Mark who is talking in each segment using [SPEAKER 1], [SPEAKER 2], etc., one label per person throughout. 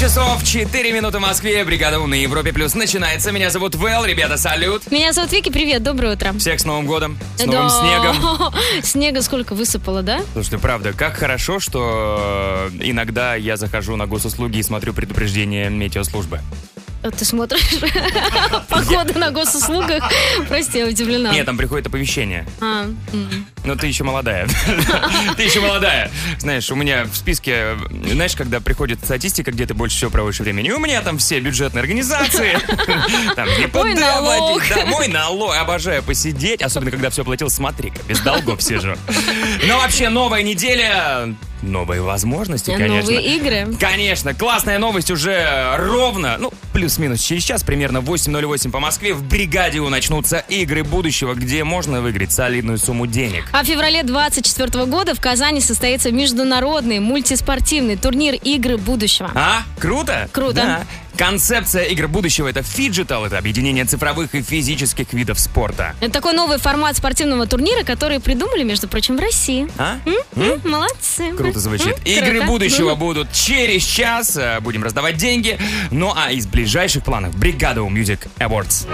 [SPEAKER 1] часов 4 минуты в Москве. Бригада У на Европе Плюс начинается. Меня зовут Вэл. Ребята, салют.
[SPEAKER 2] Меня зовут Вики, привет, доброе утро.
[SPEAKER 1] Всех с Новым годом, с новым
[SPEAKER 2] Да.
[SPEAKER 1] снегом.
[SPEAKER 2] Снега сколько высыпало, да?
[SPEAKER 1] Слушайте, правда, как хорошо, что э, иногда я захожу на госуслуги и смотрю предупреждение метеослужбы.
[SPEAKER 2] Э, Ты смотришь погоду на госуслугах. Прости, я удивлена.
[SPEAKER 1] Нет, там приходит оповещение.
[SPEAKER 2] А, м.
[SPEAKER 1] Но Ну, ты еще молодая. Ты еще молодая. Знаешь, у меня в списке, знаешь, когда приходит статистика, где ты больше всего проводишь времени, у меня там все бюджетные организации. Там ГИБДД
[SPEAKER 2] Мой налог.
[SPEAKER 1] платить, да, мой налог. Обожаю посидеть, особенно когда все платил, смотри-ка, без долгов сижу. Но вообще новая неделя, новые возможности, конечно.
[SPEAKER 2] Новые игры.
[SPEAKER 1] Конечно, классная новость уже ровно, ну, плюс-минус через час, примерно 8.08 по Москве, в бригаде У начнутся игры будущего, где можно выиграть солидную сумму денег.
[SPEAKER 2] А в феврале 24 года в Казани состоится международный мультиспортивный турнир «Игры будущего».
[SPEAKER 1] А? Круто?
[SPEAKER 2] Круто.
[SPEAKER 1] Да. Концепция игр будущего — это фиджитал, это объединение цифровых и физических видов спорта.
[SPEAKER 2] Это такой новый формат спортивного турнира, который придумали, между прочим, в России.
[SPEAKER 1] А?
[SPEAKER 2] М, Молодцы.
[SPEAKER 1] Круто звучит.
[SPEAKER 2] М,
[SPEAKER 1] Игры
[SPEAKER 2] круто. Ну.
[SPEAKER 1] будущего
[SPEAKER 2] М.
[SPEAKER 1] будут через час. э, Будем раздавать деньги. Ну а из ближайших планов бригада у Music Awards.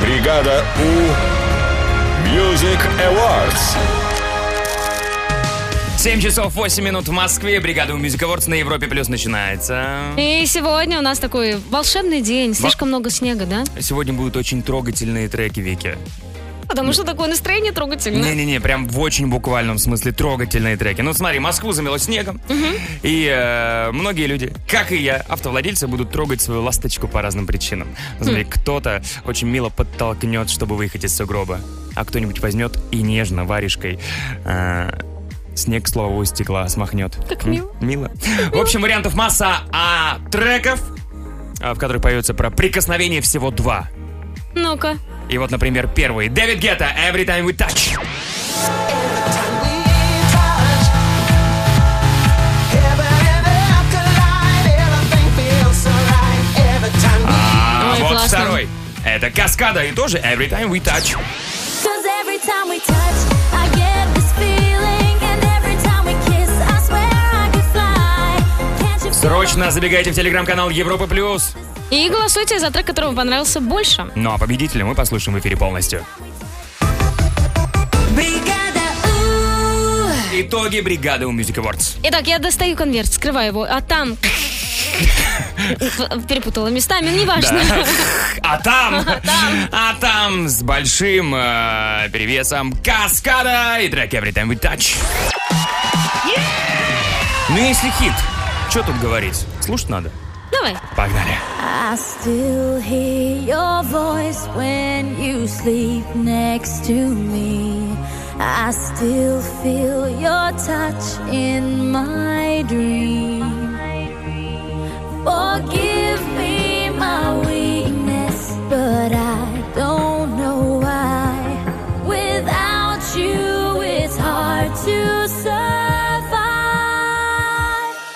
[SPEAKER 3] Бригада У Music Awards.
[SPEAKER 1] 7 часов 8 минут в Москве. Бригада у Music Awards на Европе Плюс начинается.
[SPEAKER 2] И сегодня у нас такой волшебный день. Слишком много снега, да?
[SPEAKER 1] Сегодня будут очень трогательные треки, Вики.
[SPEAKER 2] Потому что такое настроение трогательное.
[SPEAKER 1] Не-не-не, прям в очень буквальном смысле трогательные треки. Ну смотри, Москву замело снегом, и э, многие люди, как и я, автовладельцы, будут трогать свою ласточку по разным причинам. Ну,
[SPEAKER 2] Хм.
[SPEAKER 1] Смотри, кто-то очень мило подтолкнет, чтобы выехать из сугроба, а кто-нибудь возьмет и нежно варежкой э, снег с лобового стекла смахнет.
[SPEAKER 2] Как
[SPEAKER 1] М?
[SPEAKER 2] мило.
[SPEAKER 1] Мило. В общем, вариантов масса, а треков, а, в которых поется про прикосновение всего два.
[SPEAKER 2] Ну-ка.
[SPEAKER 1] И вот, например, первый. Дэвид Гетта, Every Time We Touch. А
[SPEAKER 2] Ой,
[SPEAKER 1] вот
[SPEAKER 2] классно.
[SPEAKER 1] второй. Это каскада и тоже Every Time We Touch.
[SPEAKER 4] Cause every time we touch, I get this feeling. And every time we kiss, I swear I could fly. Can't you feel
[SPEAKER 1] Срочно забегайте в телеграм-канал Европа Плюс.
[SPEAKER 2] И голосуйте за трек, который вам понравился больше.
[SPEAKER 1] Ну а победителя мы послушаем в эфире полностью.
[SPEAKER 4] Бригада У.
[SPEAKER 1] Итоги бригады у Music Awards.
[SPEAKER 2] Итак, я достаю конверт, скрываю его, а там... Перепутала местами, ну неважно.
[SPEAKER 1] А там, а там с большим э, перевесом каскада и трек Every Time We Touch. Ну если хит, что тут говорить? Слушать надо.
[SPEAKER 2] Давай.
[SPEAKER 1] Погнали.
[SPEAKER 4] I still hear your voice when you sleep next to me. I still feel your touch in my dream. Forgive Oh, me my weakness, but I don't know why. Without you, it's hard to survive.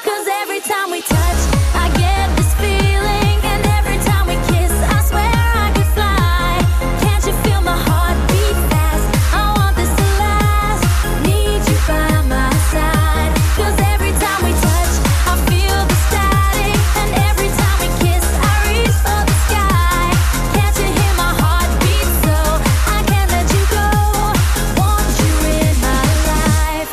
[SPEAKER 4] Cause every time we touch, I get this feeling. And every time we kiss, I swear I could fly. Can't you feel my heart beat fast? I want this to last. Need you by my side. Cause every time we touch, I feel the static. And every time we kiss, I reach for the sky. Can't you hear my heart beat so? I can't let you go. Want you in my life.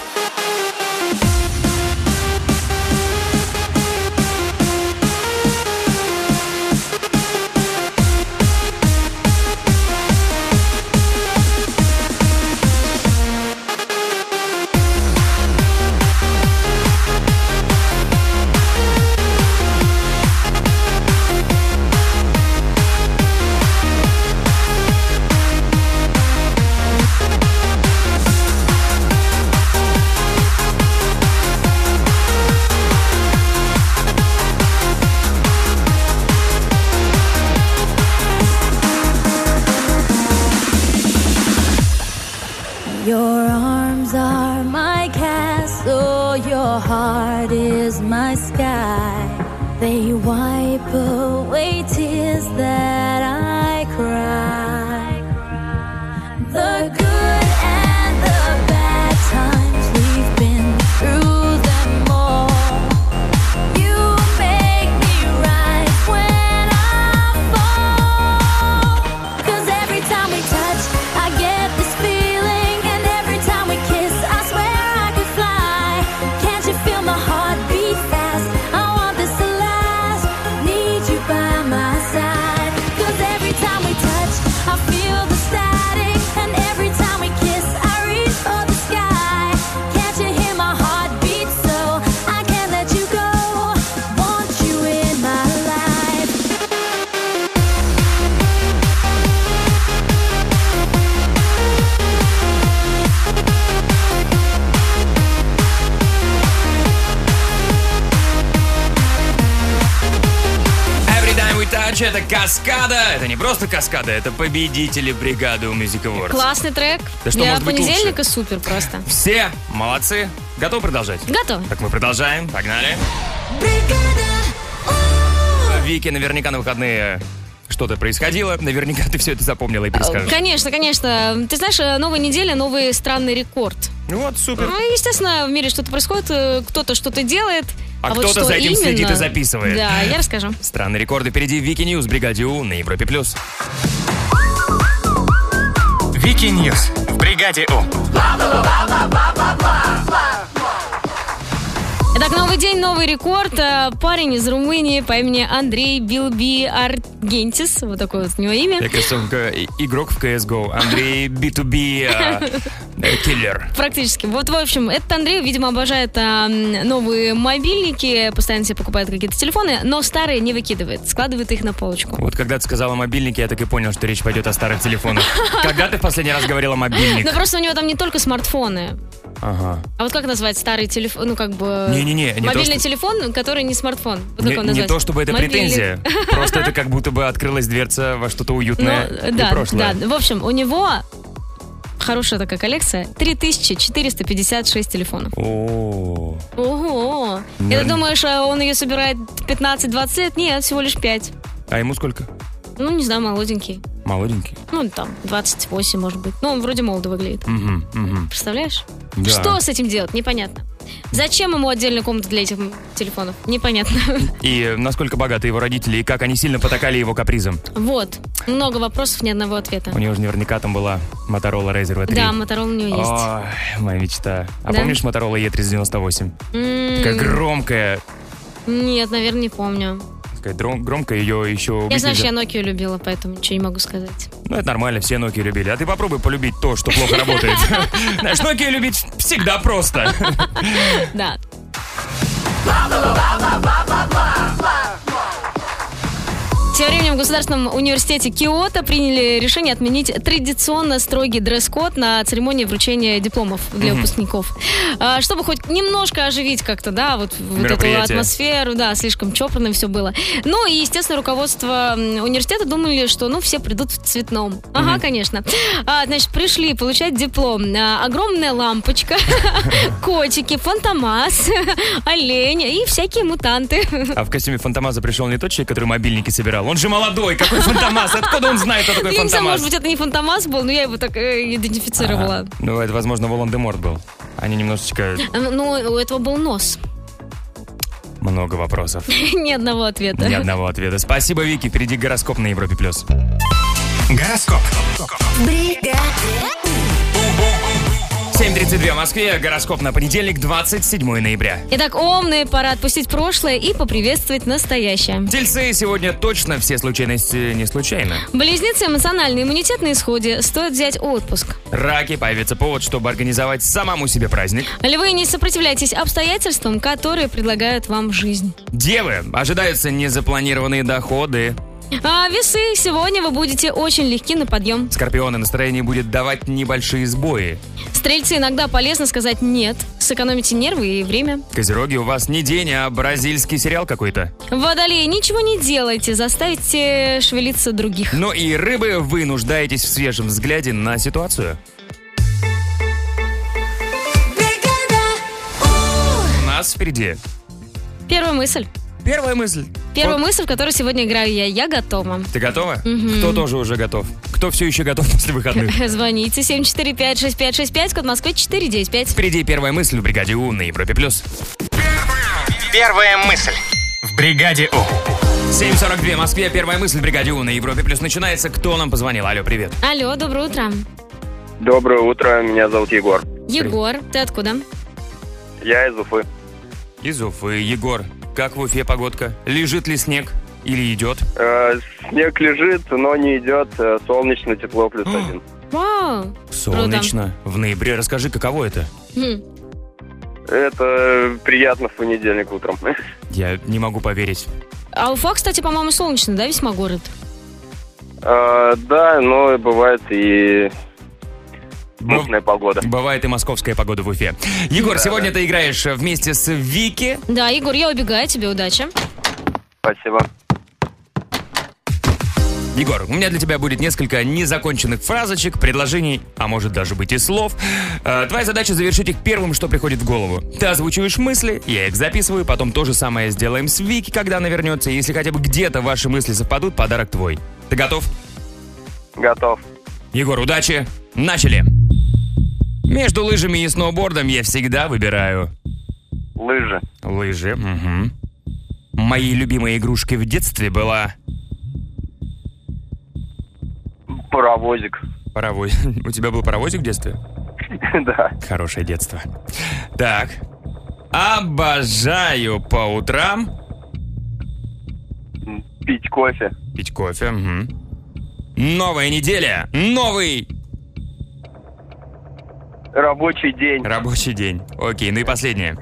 [SPEAKER 4] Your arms are my castle, your heart is my sky. They wipe away tears that I cry. The good and the bad times we've been through them all.
[SPEAKER 1] Короче, это каскада. Это не просто каскада, это победители бригады у Music Awards.
[SPEAKER 2] Классный трек.
[SPEAKER 1] Да что
[SPEAKER 2] Для
[SPEAKER 1] может быть
[SPEAKER 2] понедельника супер просто.
[SPEAKER 1] Все молодцы. Готовы продолжать?
[SPEAKER 2] Готов.
[SPEAKER 1] Так мы продолжаем. Погнали. Вики, наверняка на выходные что-то происходило. Наверняка ты все это запомнила и перескажешь.
[SPEAKER 2] Конечно, конечно. Ты знаешь, э, новая неделя, новый странный рекорд.
[SPEAKER 1] Ну вот, супер.
[SPEAKER 2] Ну, естественно, в мире что-то происходит, э, кто-то что-то делает.
[SPEAKER 1] А
[SPEAKER 2] вот
[SPEAKER 1] кто-то
[SPEAKER 2] что
[SPEAKER 1] за этим
[SPEAKER 2] именно-
[SPEAKER 1] следит и записывает.
[SPEAKER 2] Да, я расскажу.
[SPEAKER 1] Странные рекорды впереди в Вики Ньюс, Бригаде У на Европе+. плюс.
[SPEAKER 5] Вики Ньюс в бригаде У.
[SPEAKER 2] Итак, новый день, новый рекорд. Э, Парень из Румынии по имени Андрей Билби Аргентис. Вот такое вот у него
[SPEAKER 1] Я,
[SPEAKER 2] имя.
[SPEAKER 1] кажется, он э, и- игрок в CSGO. Андрей B2B э, э, киллер.
[SPEAKER 2] Практически. Вот, в общем, этот Андрей, видимо, обожает а, м, новые мобильники, постоянно себе покупает какие-то телефоны, но старые не выкидывает, складывает их на полочку.
[SPEAKER 1] Вот когда ты сказала мобильники, я так и понял, что речь пойдет о старых телефонах. Когда ты в последний раз говорила
[SPEAKER 2] Но
[SPEAKER 1] мобильник?
[SPEAKER 2] Ну, просто у него там не только смартфоны.
[SPEAKER 1] Ага.
[SPEAKER 2] А вот как назвать старый телефон, ну как бы...
[SPEAKER 1] Не-не-не, не то,
[SPEAKER 2] Мобильный
[SPEAKER 1] что-
[SPEAKER 2] телефон, который не смартфон. Вот как
[SPEAKER 1] Не,
[SPEAKER 2] его
[SPEAKER 1] не
[SPEAKER 2] назвать?
[SPEAKER 1] то чтобы это
[SPEAKER 2] Мобильник.
[SPEAKER 1] претензия, просто это как будто бы открылась дверца во что-то
[SPEAKER 2] Ну,
[SPEAKER 1] уютное и
[SPEAKER 2] да, да.
[SPEAKER 1] прошлое.
[SPEAKER 2] В общем, у него хорошая такая коллекция. 3456 телефонов.
[SPEAKER 1] О,
[SPEAKER 2] Ого! И ты
[SPEAKER 1] Нормально.
[SPEAKER 2] думаешь, а он ее собирает 15-20 лет? Нет, всего лишь 5.
[SPEAKER 1] а ему сколько?
[SPEAKER 2] Ну, не знаю, молоденький.
[SPEAKER 1] Молоденький.
[SPEAKER 2] Ну, там, 28, может быть. Ну, он вроде молодо выглядит.
[SPEAKER 1] Мгм, мгм.
[SPEAKER 2] Представляешь?
[SPEAKER 1] Да.
[SPEAKER 2] Что с этим делать? Непонятно. Зачем ему отдельная комната для этих м, телефонов? Непонятно.
[SPEAKER 1] И э, насколько богаты его родители, и как они сильно потакали его капризом.
[SPEAKER 2] Вот. Много вопросов, ни одного ответа.
[SPEAKER 1] У него же наверняка там была Motorola Razr V3.
[SPEAKER 2] Да, Motorola у него есть.
[SPEAKER 1] Ой, моя мечта. А
[SPEAKER 2] Да?
[SPEAKER 1] помнишь Motorola E398?
[SPEAKER 2] М,
[SPEAKER 1] Такая громкая.
[SPEAKER 2] М-м, Нет, наверное, не помню.
[SPEAKER 1] Такая дром- громкая, ее еще
[SPEAKER 2] Я
[SPEAKER 1] убить
[SPEAKER 2] знаю, что
[SPEAKER 1] нельзя.
[SPEAKER 2] я Nokia любила, поэтому ничего не могу сказать.
[SPEAKER 1] Ну, это нормально, все Nokia любили. А ты попробуй полюбить то, что плохо работает. Знаешь, Nokia любить всегда просто.
[SPEAKER 2] Да. Тем временем в Государственном университете Киото приняли решение отменить традиционно строгий дресс-код на церемонии вручения дипломов для выпускников. А, Чтобы хоть немножко оживить как-то, да, вот, вот эту
[SPEAKER 1] Мероприятие.
[SPEAKER 2] атмосферу, да, слишком чопорно все было. Ну и, естественно, руководство м, университета думали, что, ну, все придут в цветном. Ага, конечно. А, значит, пришли получать диплом. А, огромная лампочка, котики, фантомас, олень и всякие мутанты.
[SPEAKER 1] А в костюме Фантомаза пришел не тот человек, который мобильники собирал. Он же молодой, какой Фантомаз? Откуда он знает, кто такой
[SPEAKER 2] Я не знаю, может
[SPEAKER 1] Фантомаз?
[SPEAKER 2] быть, это не фантомас был, но я его так э, идентифицировала.
[SPEAKER 1] А, Ну, это, возможно, Волан-де-Морт был. Они немножечко
[SPEAKER 2] Э, Ну, у этого был нос.
[SPEAKER 1] много вопросов.
[SPEAKER 2] Ни одного ответа.
[SPEAKER 1] Ни одного ответа. Спасибо, Вики. Впереди гороскоп на Европе+. плюс.
[SPEAKER 5] Гороскоп.
[SPEAKER 1] 7.32 в Москве. Гороскоп на понедельник, 27 ноября.
[SPEAKER 2] Итак, умные, пора отпустить прошлое и поприветствовать настоящее.
[SPEAKER 1] Тельцы сегодня точно все случайности не случайно.
[SPEAKER 2] Близнецы эмоциональный иммунитет на исходе. Стоит взять отпуск.
[SPEAKER 1] Раки появится повод, чтобы организовать самому себе праздник.
[SPEAKER 2] Львы, не сопротивляйтесь обстоятельствам, которые предлагают вам жизнь.
[SPEAKER 1] Девы ожидаются незапланированные доходы.
[SPEAKER 2] А весы, сегодня вы будете очень легки на подъем.
[SPEAKER 1] Скорпионы настроение будет давать небольшие сбои.
[SPEAKER 2] Стрельцы, иногда полезно сказать «нет». Сэкономите нервы и время.
[SPEAKER 1] Козероги, у вас не день, а бразильский сериал какой-то.
[SPEAKER 2] Водолеи, ничего не делайте, заставите шевелиться других.
[SPEAKER 1] Но Ну и рыбы вы нуждаетесь в свежем взгляде на ситуацию. У нас впереди
[SPEAKER 2] Первая мысль.
[SPEAKER 1] первая мысль.
[SPEAKER 2] Первая
[SPEAKER 1] Вот
[SPEAKER 2] мысль, в которой сегодня играю я. Я готова.
[SPEAKER 1] Ты готова? Кто тоже уже готов? Кто все еще готов после выходных?
[SPEAKER 2] Звоните 745-6565, код Москвы 495.
[SPEAKER 1] Впереди первая мысль в бригаде У на Европе плюс.
[SPEAKER 5] Первая мысль в бригаде У.
[SPEAKER 1] 7.42 в Москве. Первая мысль в бригаде У на Европе плюс начинается. Кто нам позвонил? Алло, привет.
[SPEAKER 2] Алло, доброе утро.
[SPEAKER 6] Доброе утро, меня зовут Егор.
[SPEAKER 2] Егор, ты откуда?
[SPEAKER 6] Я из Уфы.
[SPEAKER 1] Из Уфы. Егор, как в Уфе погодка? Лежит ли снег? Или идет?
[SPEAKER 6] Э, снег лежит, но не идет. э, Солнечно, тепло, плюс один.
[SPEAKER 2] Вау.
[SPEAKER 1] Солнечно. В ноябре. Расскажи, каково это?
[SPEAKER 2] Хм.
[SPEAKER 6] Это приятно в понедельник утром. Э,
[SPEAKER 1] Я не могу поверить.
[SPEAKER 2] А Уфа, кстати, по-моему, солнечный, да, весьма город?
[SPEAKER 6] Э, да, но бывает и
[SPEAKER 1] Ну.
[SPEAKER 6] мутная погода.
[SPEAKER 1] Бывает и московская погода в Уфе. Егор, сегодня ты играешь вместе с Вики.
[SPEAKER 2] Да, Егор, я убегаю, тебе удачи.
[SPEAKER 6] Спасибо.
[SPEAKER 1] Егор, у меня для тебя будет несколько незаконченных фразочек, предложений, а может даже быть и слов. Э, Твоя задача завершить их первым, что приходит в голову. Ты озвучиваешь мысли, я их записываю, потом то же самое сделаем с Вики, когда она вернется. Если хотя бы где-то ваши мысли совпадут, подарок твой. Ты готов?
[SPEAKER 6] Готов.
[SPEAKER 1] Егор, удачи! Начали! Между лыжами и сноубордом я всегда выбираю
[SPEAKER 6] Лыжи.
[SPEAKER 1] лыжи. Мгм. Моей любимой игрушкой в детстве была
[SPEAKER 6] Паровозик.
[SPEAKER 1] паровоз. У тебя был паровозик в детстве?
[SPEAKER 6] Да.
[SPEAKER 1] Хорошее детство. Так. Обожаю по утрам
[SPEAKER 6] Пить кофе.
[SPEAKER 1] пить кофе. мгм. Новая неделя, новый
[SPEAKER 6] Рабочий день.
[SPEAKER 1] рабочий день. Окей, ну и последнее.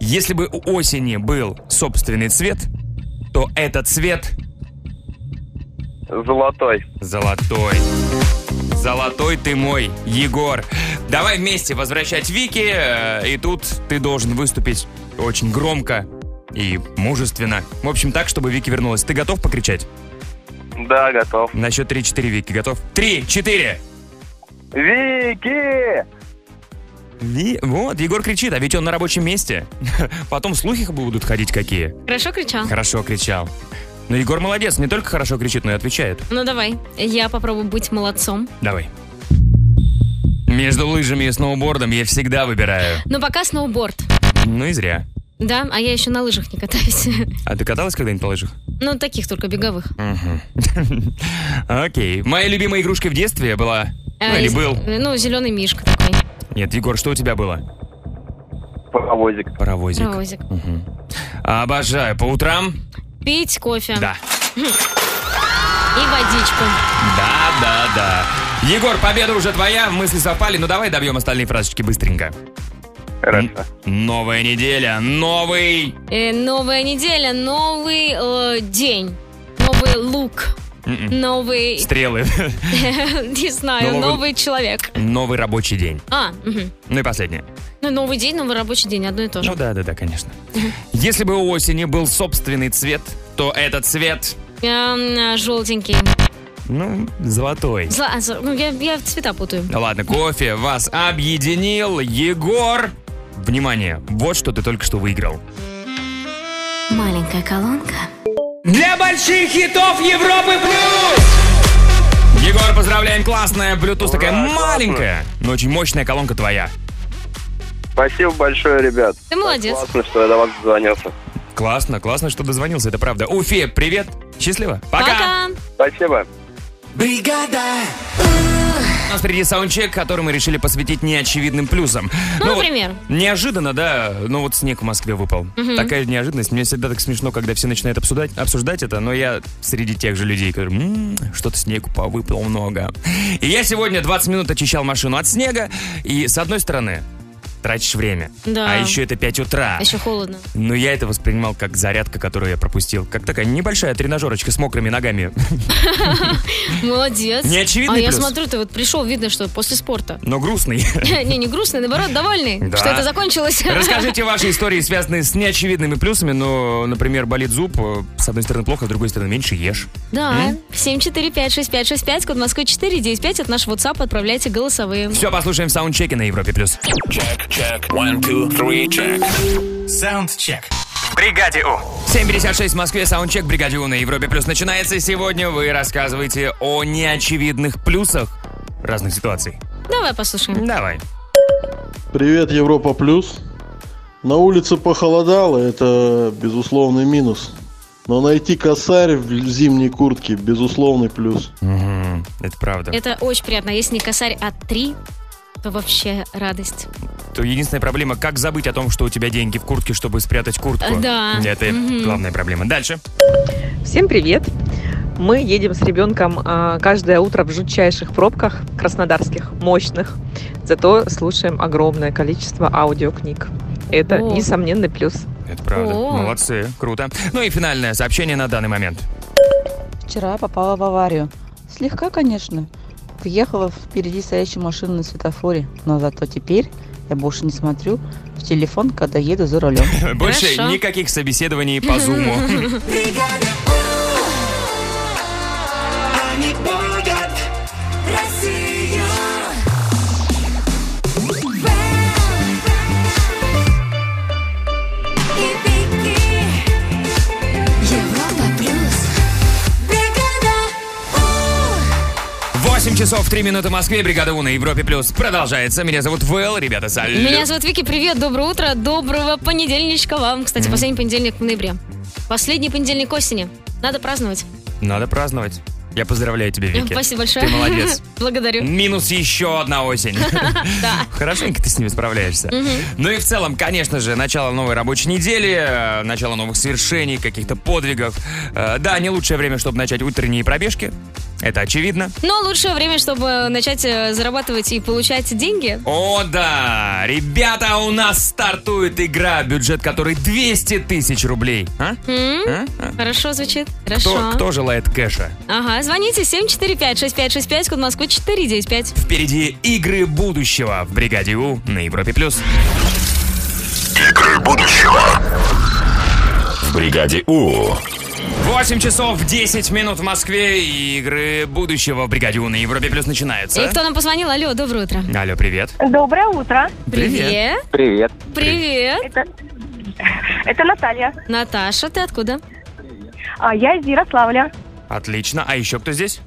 [SPEAKER 1] Если бы у осени был собственный цвет, то этот цвет
[SPEAKER 6] Золотой.
[SPEAKER 1] золотой. Золотой ты мой, Егор. Давай вместе возвращать Вики, э, и тут ты должен выступить очень громко и мужественно. В общем, так, чтобы Вики вернулась. Ты готов покричать?
[SPEAKER 6] Да, готов.
[SPEAKER 1] На счет 3-4, Вики, готов? 3-4!
[SPEAKER 6] Вики!
[SPEAKER 1] Ви... Вот, Егор кричит, а ведь он на рабочем месте. Потом слухи будут ходить какие.
[SPEAKER 2] Хорошо кричал?
[SPEAKER 1] Хорошо кричал. Но Егор молодец, не только хорошо кричит, но и отвечает.
[SPEAKER 2] Ну давай, я попробую быть молодцом.
[SPEAKER 1] Давай. Между лыжами и сноубордом я всегда выбираю.
[SPEAKER 2] Но пока сноуборд.
[SPEAKER 1] Ну и зря.
[SPEAKER 2] Да, а я еще на лыжах не катаюсь.
[SPEAKER 1] А ты каталась когда-нибудь на лыжах?
[SPEAKER 2] Ну, таких только беговых.
[SPEAKER 1] Ну, Мгм. Окей. Моя любимая игрушка в детстве была... Ну,
[SPEAKER 2] А,
[SPEAKER 1] или
[SPEAKER 2] из-
[SPEAKER 1] был.
[SPEAKER 2] Ну, зеленый мишка такой.
[SPEAKER 1] Нет, Егор, что у тебя было?
[SPEAKER 6] Паровозик.
[SPEAKER 1] Паровозик.
[SPEAKER 2] Паровозик.
[SPEAKER 1] Обожаю. По утрам?
[SPEAKER 2] Пить кофе.
[SPEAKER 1] Да.
[SPEAKER 2] И водичку.
[SPEAKER 1] Да, да, да. Егор, победа уже твоя, мысли совпали, ну давай добьем остальные фразочки быстренько.
[SPEAKER 6] Хорошо.
[SPEAKER 1] Новая неделя, новый...
[SPEAKER 2] Э, новая неделя, новый э, день. Новый лук.
[SPEAKER 1] Мгм.
[SPEAKER 2] Новый...
[SPEAKER 1] Стрелы.
[SPEAKER 2] Не знаю,
[SPEAKER 1] М-м. Новый-
[SPEAKER 2] новый человек.
[SPEAKER 1] Новый рабочий день.
[SPEAKER 2] А, мгм.
[SPEAKER 1] Ну и последнее.
[SPEAKER 2] ну, новый день, новый рабочий день, одно и то
[SPEAKER 1] Ну
[SPEAKER 2] же.
[SPEAKER 1] да, да, да, конечно. Если бы у осени был собственный цвет, то этот цвет,
[SPEAKER 2] Эм, э, Желтенький.
[SPEAKER 1] ну, золотой.
[SPEAKER 2] Зла- а, зо- ну, я- Я цвета путаю.
[SPEAKER 1] Ну Ладно, кофе вас объединил. Егор, внимание, вот что ты только что выиграл.
[SPEAKER 4] Маленькая колонка.
[SPEAKER 1] Для больших хитов Европы плюс! Егор, поздравляем, классная Bluetooth такая
[SPEAKER 6] классно.
[SPEAKER 1] маленькая, но очень мощная колонка твоя.
[SPEAKER 6] Спасибо большое, ребят.
[SPEAKER 2] Ты молодец.
[SPEAKER 6] Классно, что я до вас дозвонился.
[SPEAKER 1] Классно, классно, что дозвонился, это правда. Уфе, привет, счастливо,
[SPEAKER 2] Пока. Ну,
[SPEAKER 6] Спасибо.
[SPEAKER 1] У нас впереди саундчек, который мы решили посвятить неочевидным плюсам.
[SPEAKER 2] Ну,
[SPEAKER 1] вот
[SPEAKER 2] например.
[SPEAKER 1] неожиданно, да, ну вот снег в Москве выпал. Такая неожиданность. Мне всегда так смешно, когда все начинают обсуждать, обсуждать это, но я среди тех же людей, которые, «М, что-то снег упал, выпало много. И я сегодня 20 минут очищал машину от снега, и с одной стороны, тратишь время.
[SPEAKER 2] Да.
[SPEAKER 1] А еще это 5 утра.
[SPEAKER 2] Еще холодно.
[SPEAKER 1] Но я это воспринимал как зарядка, которую я пропустил. Как такая небольшая тренажерочка с мокрыми ногами.
[SPEAKER 2] Молодец.
[SPEAKER 1] Неочевидный
[SPEAKER 2] А я
[SPEAKER 1] плюс.
[SPEAKER 2] смотрю, ты вот пришел, видно, что после спорта.
[SPEAKER 1] Но грустный.
[SPEAKER 2] Не, не грустный, наоборот, довольный,
[SPEAKER 1] Да.
[SPEAKER 2] что это закончилось.
[SPEAKER 1] Расскажите ваши истории, связанные с неочевидными плюсами. Ну, например, болит зуб. э, С одной стороны плохо, с другой стороны меньше ешь.
[SPEAKER 2] Да, 7456565, код Москвы 495, от нашего WhatsApp отправляйте голосовые.
[SPEAKER 1] Все, послушаем в саундчеке на Европе+. плюс.
[SPEAKER 5] Саундчек. В бригаде У.
[SPEAKER 1] 7.56 в Москве, саундчек «Бригаде У» на Европе+. плюс начинается. Сегодня вы рассказываете о неочевидных плюсах разных ситуаций.
[SPEAKER 2] Давай послушаем.
[SPEAKER 1] Давай.
[SPEAKER 7] Привет, Европа Плюс. На улице похолодало, это безусловный минус. Но найти косарь в зимней куртке – безусловный плюс.
[SPEAKER 1] Мгм, это правда.
[SPEAKER 2] Это очень приятно. Если не косарь, а три, то вообще радость.
[SPEAKER 1] То единственная проблема, как забыть о том, что у тебя деньги в куртке, чтобы спрятать куртку.
[SPEAKER 2] Э, Да.
[SPEAKER 1] Это
[SPEAKER 2] Мгм.
[SPEAKER 1] главная проблема. Дальше.
[SPEAKER 8] Всем привет! Мы едем с ребенком а, каждое утро в жутчайших пробках краснодарских, мощных. Зато слушаем огромное количество аудиокниг. Это
[SPEAKER 2] О.
[SPEAKER 8] несомненный плюс.
[SPEAKER 1] Это правда.
[SPEAKER 2] О.
[SPEAKER 1] Молодцы. Круто. Ну и финальное сообщение на данный момент.
[SPEAKER 9] Вчера попала в аварию. Слегка, конечно. Въехала в впереди стоящую машину на светофоре. Но зато теперь я больше не смотрю в телефон, когда еду за рулем.
[SPEAKER 1] Больше
[SPEAKER 2] Хорошо.
[SPEAKER 1] никаких собеседований по зуму.
[SPEAKER 4] Бригада У.
[SPEAKER 1] часов 3 минуты в Москве. Бригада У на Европе Плюс продолжается. Меня зовут Вэл, ребята, салют.
[SPEAKER 2] Меня зовут Вики, привет, доброе утро, доброго понедельничка вам. Кстати, последний понедельник в ноябре. Последний понедельник осени. Надо праздновать. Ну,
[SPEAKER 1] Надо праздновать. Я поздравляю тебя, Вики.
[SPEAKER 2] Спасибо большое.
[SPEAKER 1] Ты молодец.
[SPEAKER 2] Благодарю.
[SPEAKER 1] Минус еще одна осень.
[SPEAKER 2] Да.
[SPEAKER 1] Хорошенько ты с ними справляешься. Ну и в целом, конечно же, начало новой рабочей недели, э, начало новых свершений, каких-то подвигов. Э, Да, не лучшее время, чтобы начать утренние пробежки. Это очевидно.
[SPEAKER 2] Но лучшее время, чтобы начать э, зарабатывать и получать деньги.
[SPEAKER 1] О, да! Ребята, у нас стартует игра, бюджет которой 200 тысяч рублей. А?
[SPEAKER 2] М?
[SPEAKER 1] А? А?
[SPEAKER 2] Хорошо звучит.
[SPEAKER 1] Кто,
[SPEAKER 2] Хорошо.
[SPEAKER 1] кто желает кэша?
[SPEAKER 2] Ага, звоните 745-6565, код Москвы 495.
[SPEAKER 1] Впереди игры будущего в бригаде У на Европе плюс.
[SPEAKER 3] Игры будущего. В бригаде У.
[SPEAKER 1] 8 часов 10 минут в Москве и игры будущего в бригаде У на Европе плюс начинаются.
[SPEAKER 2] И кто нам позвонил? Алло, доброе утро.
[SPEAKER 1] Алло, привет.
[SPEAKER 10] Доброе утро.
[SPEAKER 2] Привет.
[SPEAKER 6] Привет.
[SPEAKER 2] Привет.
[SPEAKER 10] Это, это Наталья.
[SPEAKER 2] Наташа, ты откуда?
[SPEAKER 10] А я из Ярославля.
[SPEAKER 1] Отлично. А еще кто здесь?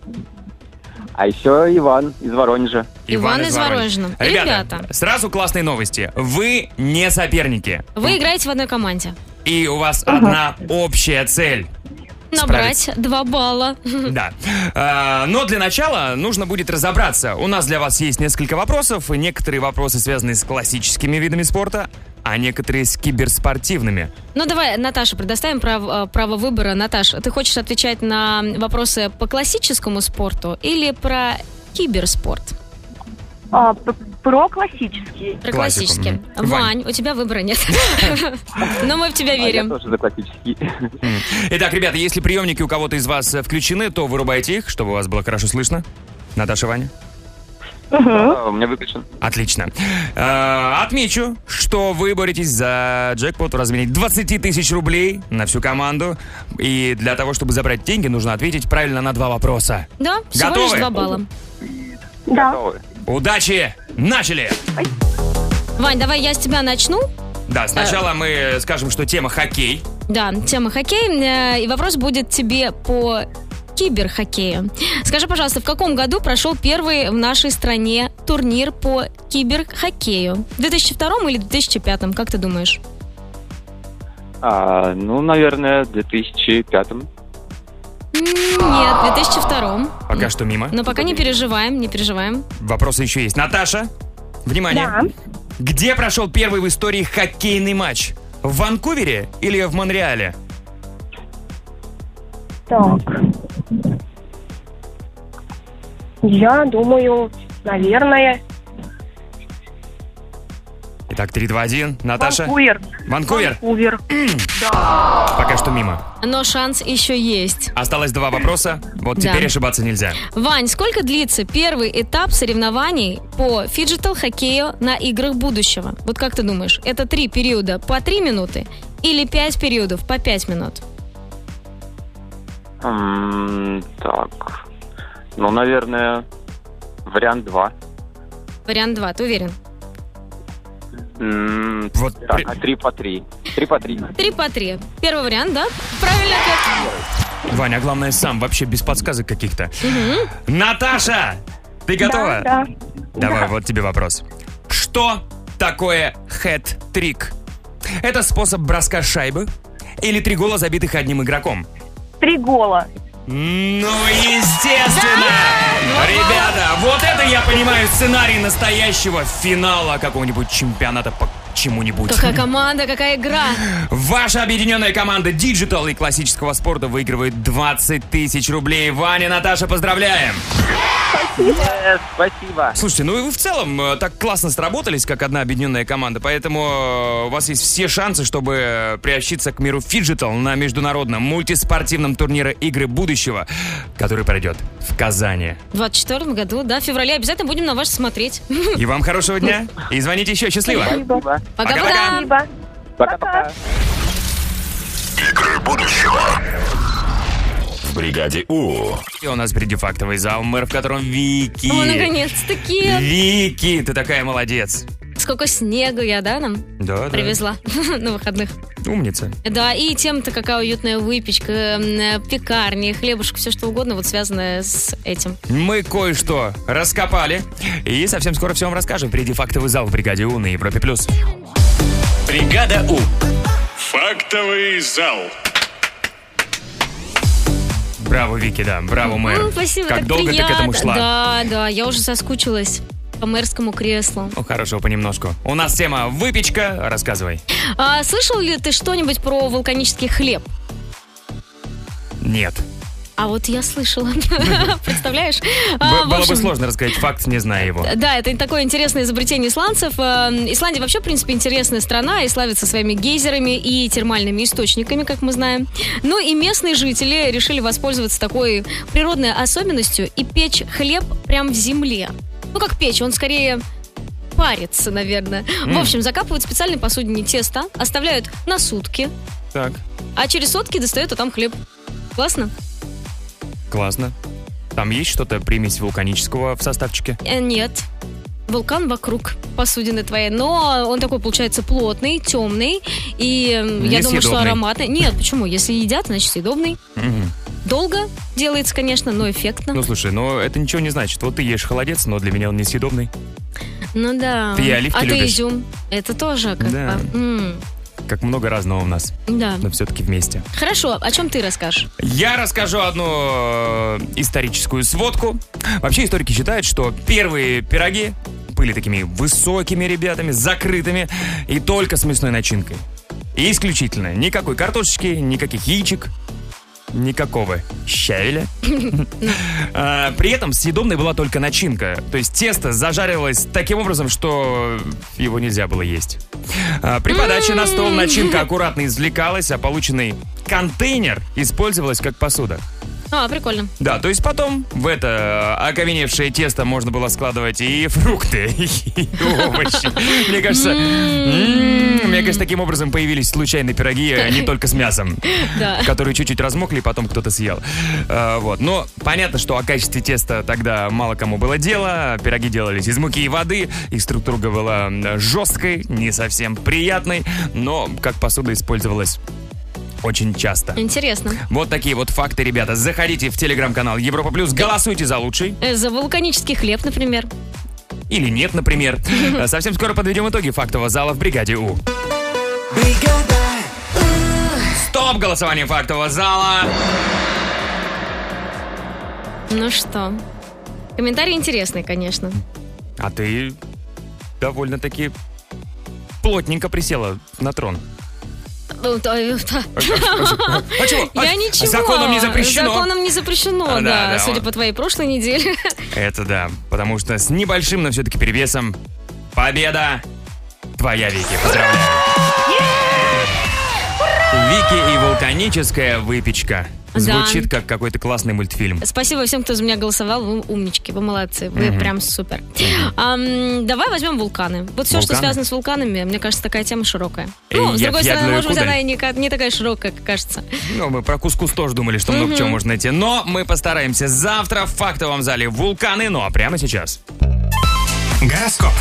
[SPEAKER 11] А еще Иван из Воронежа.
[SPEAKER 2] Иван из Воронежа.
[SPEAKER 1] Ребята,
[SPEAKER 2] Ребята.
[SPEAKER 1] сразу классные новости. Вы не соперники.
[SPEAKER 2] Вы играете в одной команде.
[SPEAKER 1] И у вас одна общая цель.
[SPEAKER 2] Набрать 2 балла.
[SPEAKER 1] Да. А, Но для начала нужно будет разобраться. У нас для вас есть несколько вопросов. и Некоторые вопросы связаны с классическими видами спорта, а некоторые с киберспортивными.
[SPEAKER 2] Ну давай, Наташа, предоставим прав- э, право выбора. Наташа, ты хочешь отвечать на вопросы по классическому спорту или про киберспорт?
[SPEAKER 10] А, п- про классический.
[SPEAKER 2] Про
[SPEAKER 11] Классику,
[SPEAKER 2] классический.
[SPEAKER 11] мгм.
[SPEAKER 2] Вань, у тебя выбора нет. Но мы в тебя
[SPEAKER 11] А я
[SPEAKER 2] верим.
[SPEAKER 11] тоже за классический.
[SPEAKER 1] Итак, ребята, если приемники у кого-то из вас э, включены, то вырубайте их, чтобы вас было хорошо слышно. Наташа, Ваня?
[SPEAKER 11] А, У меня выключен.
[SPEAKER 1] Отлично. Э, Отмечу, что вы боретесь за джекпот в размере 20 тысяч рублей на всю команду. И для того, чтобы забрать деньги, нужно ответить правильно на два вопроса.
[SPEAKER 2] Да, всего лишь
[SPEAKER 1] Готовы?
[SPEAKER 2] 2 балла.
[SPEAKER 10] Да.
[SPEAKER 11] Готовы.
[SPEAKER 1] Удачи! Начали!
[SPEAKER 2] Вань, давай я с тебя начну.
[SPEAKER 1] Да, сначала мы скажем, что тема хоккей.
[SPEAKER 2] Да, тема хоккей. Э, И вопрос будет тебе по киберхоккею. Скажи, пожалуйста, в каком году прошел первый в нашей стране турнир по киберхоккею? В 2002 или 2005? Как ты думаешь?
[SPEAKER 11] А, ну, наверное, в 2005
[SPEAKER 2] М, Нет, в 2002.
[SPEAKER 1] Пока что мимо.
[SPEAKER 2] Но пока не переживаем, не переживаем.
[SPEAKER 1] Вопросы еще есть. Наташа, внимание.
[SPEAKER 10] Да.
[SPEAKER 1] Где прошел первый в истории хоккейный матч? В Ванкувере или в Монреале?
[SPEAKER 10] Так. Я думаю, наверное,
[SPEAKER 1] Итак, 3-2-1. Наташа.
[SPEAKER 10] Ванкувер.
[SPEAKER 1] Ванкувер.
[SPEAKER 10] Ванкувер.
[SPEAKER 1] Пока что мимо.
[SPEAKER 2] Но шанс еще есть.
[SPEAKER 1] Осталось два вопроса. Вот
[SPEAKER 2] Да.
[SPEAKER 1] теперь ошибаться нельзя.
[SPEAKER 2] Вань, сколько длится первый этап соревнований по фиджитал-хоккею на играх будущего? Вот как ты думаешь, это три периода по три минуты или пять периодов по пять минут?
[SPEAKER 11] М, Так. Ну, наверное, вариант 2.
[SPEAKER 2] Вариант 2, ты уверен?
[SPEAKER 1] Вот
[SPEAKER 11] Так,
[SPEAKER 1] при-
[SPEAKER 11] а 3 по 3. 3 по 3.
[SPEAKER 2] Три по три. Первый вариант, да? Правильно ответ.
[SPEAKER 1] Ваня, а главное сам, вообще без подсказок каких-то. Наташа, ты готова?
[SPEAKER 10] Да.
[SPEAKER 1] Давай, вот тебе вопрос. Что такое хэт-трик? Это способ броска шайбы или три гола, забитых одним игроком?
[SPEAKER 10] Три гола.
[SPEAKER 1] Ну, естественно!
[SPEAKER 10] Ну,
[SPEAKER 1] Ребята, вот это я понимаю сценарий настоящего финала какого-нибудь чемпионата по чему-нибудь.
[SPEAKER 2] Какая команда, какая игра.
[SPEAKER 1] Ваша объединенная команда Digital и классического спорта выигрывает 20 тысяч рублей. Ваня, Наташа, поздравляем!
[SPEAKER 11] Спасибо.
[SPEAKER 1] Слушайте, ну и вы в целом э, так классно сработались, как одна объединенная команда, поэтому э, у вас есть все шансы, чтобы э, приобщиться к миру фиджитал на международном мультиспортивном турнире «Игры будущего», который пройдет в Казани.
[SPEAKER 2] В 24 году, да, в феврале обязательно будем на вас смотреть.
[SPEAKER 1] И вам хорошего дня, и звоните еще. Счастливо!
[SPEAKER 11] Спасибо.
[SPEAKER 2] Пока-пока.
[SPEAKER 10] Спасибо.
[SPEAKER 11] Пока-пока.
[SPEAKER 3] В бригаде У.
[SPEAKER 1] И у нас впереди фактовый зал, мэр, в котором Вики.
[SPEAKER 2] О, Ну, наконец-таки.
[SPEAKER 1] Вики, ты такая молодец.
[SPEAKER 2] сколько снега я, да, нам
[SPEAKER 1] Да, да.
[SPEAKER 2] привезла на выходных.
[SPEAKER 1] Умница.
[SPEAKER 2] Да, и тем-то какая уютная выпечка, м, э, пекарни, хлебушек, все что угодно, вот связанное с этим.
[SPEAKER 1] Мы кое-что раскопали. И совсем скоро все вам расскажем. Впереди фактовый зал в бригаде У на Европе плюс. Бригада У.
[SPEAKER 12] Фактовый зал.
[SPEAKER 1] Браво, Вики, да. Браво, мэр.
[SPEAKER 2] М, Ну, спасибо,
[SPEAKER 1] как
[SPEAKER 2] так
[SPEAKER 1] долго
[SPEAKER 2] приятно.
[SPEAKER 1] ты к этому шла?
[SPEAKER 2] Да, да, я уже соскучилась по мэрскому креслу.
[SPEAKER 1] Ну, хорошо, понемножку. У нас тема выпечка. Рассказывай.
[SPEAKER 2] А, слышал ли ты что-нибудь про вулканический хлеб?
[SPEAKER 1] Нет.
[SPEAKER 2] А вот я слышала. Представляешь?
[SPEAKER 1] Б-
[SPEAKER 2] А, в
[SPEAKER 1] было бы
[SPEAKER 2] общем,
[SPEAKER 1] сложно рассказать факт, не зная его.
[SPEAKER 2] Да, это такое интересное изобретение исландцев. Э, Исландия вообще, в принципе, интересная страна и славится своими гейзерами и термальными источниками, как мы знаем. Ну и местные жители решили воспользоваться такой природной особенностью и печь хлеб прямо в земле. Ну как печь, он скорее парится, наверное. В
[SPEAKER 1] М.
[SPEAKER 2] общем, закапывают в специальной посудине тесто, оставляют на сутки,
[SPEAKER 1] Так,
[SPEAKER 2] а через сутки достают, а там хлеб. Классно?
[SPEAKER 1] классно. Там есть что-то, примесь вулканического в составчике?
[SPEAKER 2] Э, Нет. Вулкан вокруг посудины твоей. Но он такой, получается, плотный, темный. И э, я думаю, что
[SPEAKER 1] Несъедобный.
[SPEAKER 2] ароматный. Нет, почему? Если едят, значит, съедобный.
[SPEAKER 1] Мгм.
[SPEAKER 2] Долго делается, конечно, но эффектно.
[SPEAKER 1] Ну,
[SPEAKER 2] Ну,
[SPEAKER 1] слушай, ну это ничего не значит. Вот ты ешь холодец, но для меня он несъедобный.
[SPEAKER 2] да.
[SPEAKER 1] Ты и оливки
[SPEAKER 2] а ты
[SPEAKER 1] любишь.
[SPEAKER 2] изюм. Это тоже как
[SPEAKER 1] Да.
[SPEAKER 2] бы. М,
[SPEAKER 1] Как много разного у нас.
[SPEAKER 2] да.
[SPEAKER 1] Но все-таки вместе.
[SPEAKER 2] Хорошо, о чем ты расскажешь?
[SPEAKER 1] Я расскажу одну э, историческую сводку. Вообще историки считают, что первые пироги были такими высокими ребятами, закрытыми и только с мясной начинкой. И исключительно никакой картошечки, никаких яичек, никакого щавеля. А, При этом съедобной была только начинка. То есть тесто зажарилось таким образом, что его нельзя было есть. А, При подаче на стол
[SPEAKER 2] М.
[SPEAKER 1] начинка аккуратно извлекалась, а полученный контейнер использовалась как посуда.
[SPEAKER 2] А, прикольно.
[SPEAKER 1] Да, то есть потом в это э, окаменевшее тесто можно было складывать и фрукты, и овощи. Мне кажется, м, мне кажется, таким образом появились случайные пироги, э, не только с мясом
[SPEAKER 2] Да.
[SPEAKER 1] которые чуть-чуть размокли, и потом кто-то съел. Э, вот. Но понятно, что о качестве теста тогда мало кому было дело. Пироги делались из муки и воды. Их структура была м, жесткой, не совсем приятной, но как посуда использовалась очень часто.
[SPEAKER 2] Интересно.
[SPEAKER 1] Вот такие вот факты, ребята. Заходите в телеграм-канал Европа Плюс, голосуйте за лучший
[SPEAKER 2] Э, За вулканический хлеб, например.
[SPEAKER 1] или нет, например. Э, Совсем скоро подведем итоги фактового зала в бригаде У. Стоп голосование фактового зала!
[SPEAKER 2] Ну что? Комментарии интересные, конечно.
[SPEAKER 1] А ты довольно-таки плотненько присела на трон.
[SPEAKER 2] Э, да, э, да.
[SPEAKER 1] А чего? А
[SPEAKER 2] Я ничего.
[SPEAKER 1] Законом не запрещено.
[SPEAKER 2] Законом не запрещено,
[SPEAKER 1] А, да,
[SPEAKER 2] да,
[SPEAKER 1] да,
[SPEAKER 2] судя
[SPEAKER 1] он-
[SPEAKER 2] по твоей прошлой неделе.
[SPEAKER 1] Это да, потому что с небольшим, но все-таки перевесом победа твоя, Вики. Поздравляю. Вики и вулканическая выпечка.
[SPEAKER 2] Да.
[SPEAKER 1] Звучит как какой-то классный мультфильм.
[SPEAKER 2] Спасибо всем, кто за меня голосовал. Вы умнички, вы молодцы. Вы
[SPEAKER 1] Мгм.
[SPEAKER 2] прям супер. Ам, давай возьмем вулканы. Вот все, что
[SPEAKER 1] Вулканы?
[SPEAKER 2] связано с вулканами, мне кажется, такая тема широкая.
[SPEAKER 1] Э,
[SPEAKER 2] ну, с
[SPEAKER 1] я
[SPEAKER 2] другой стороны,
[SPEAKER 1] пьяную
[SPEAKER 2] может быть,
[SPEAKER 1] кудаль.
[SPEAKER 2] она и не, ка- не такая широкая, как кажется.
[SPEAKER 1] Ну, мы про кускус тоже думали, что много
[SPEAKER 2] Мгм.
[SPEAKER 1] чего можно найти. Но мы постараемся завтра в фактовом зале вулканы, ну а прямо сейчас. Гороскоп.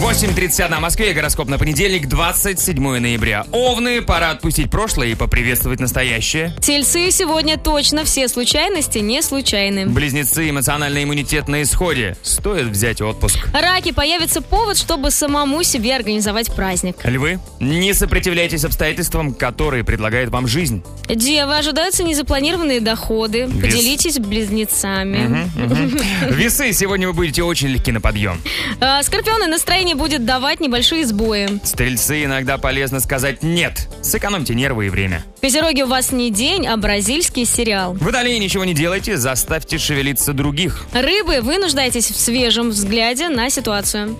[SPEAKER 1] 8.31 в Москве, гороскоп на понедельник, 27 ноября. Овны, пора отпустить прошлое и поприветствовать настоящее.
[SPEAKER 2] Тельцы сегодня точно все случайности не случайны.
[SPEAKER 1] Близнецы, эмоциональный иммунитет на исходе. Стоит взять отпуск.
[SPEAKER 2] Раки появится повод, чтобы самому себе организовать праздник.
[SPEAKER 1] Львы, не сопротивляйтесь обстоятельствам, которые предлагает вам жизнь.
[SPEAKER 2] Девы ожидаются незапланированные доходы.
[SPEAKER 1] Вес.
[SPEAKER 2] Поделитесь близнецами.
[SPEAKER 1] Мгм, мгм. Весы, сегодня вы будете очень легки на подъем.
[SPEAKER 2] А, Скорпионы настроение будет давать небольшие сбои.
[SPEAKER 1] Стрельцы, иногда полезно сказать «нет». Сэкономьте нервы и время.
[SPEAKER 2] Козероги у вас не день, а бразильский сериал.
[SPEAKER 1] Водолеи, ничего не делайте, заставьте шевелиться других.
[SPEAKER 2] Рыбы, вы нуждаетесь в свежем взгляде на ситуацию.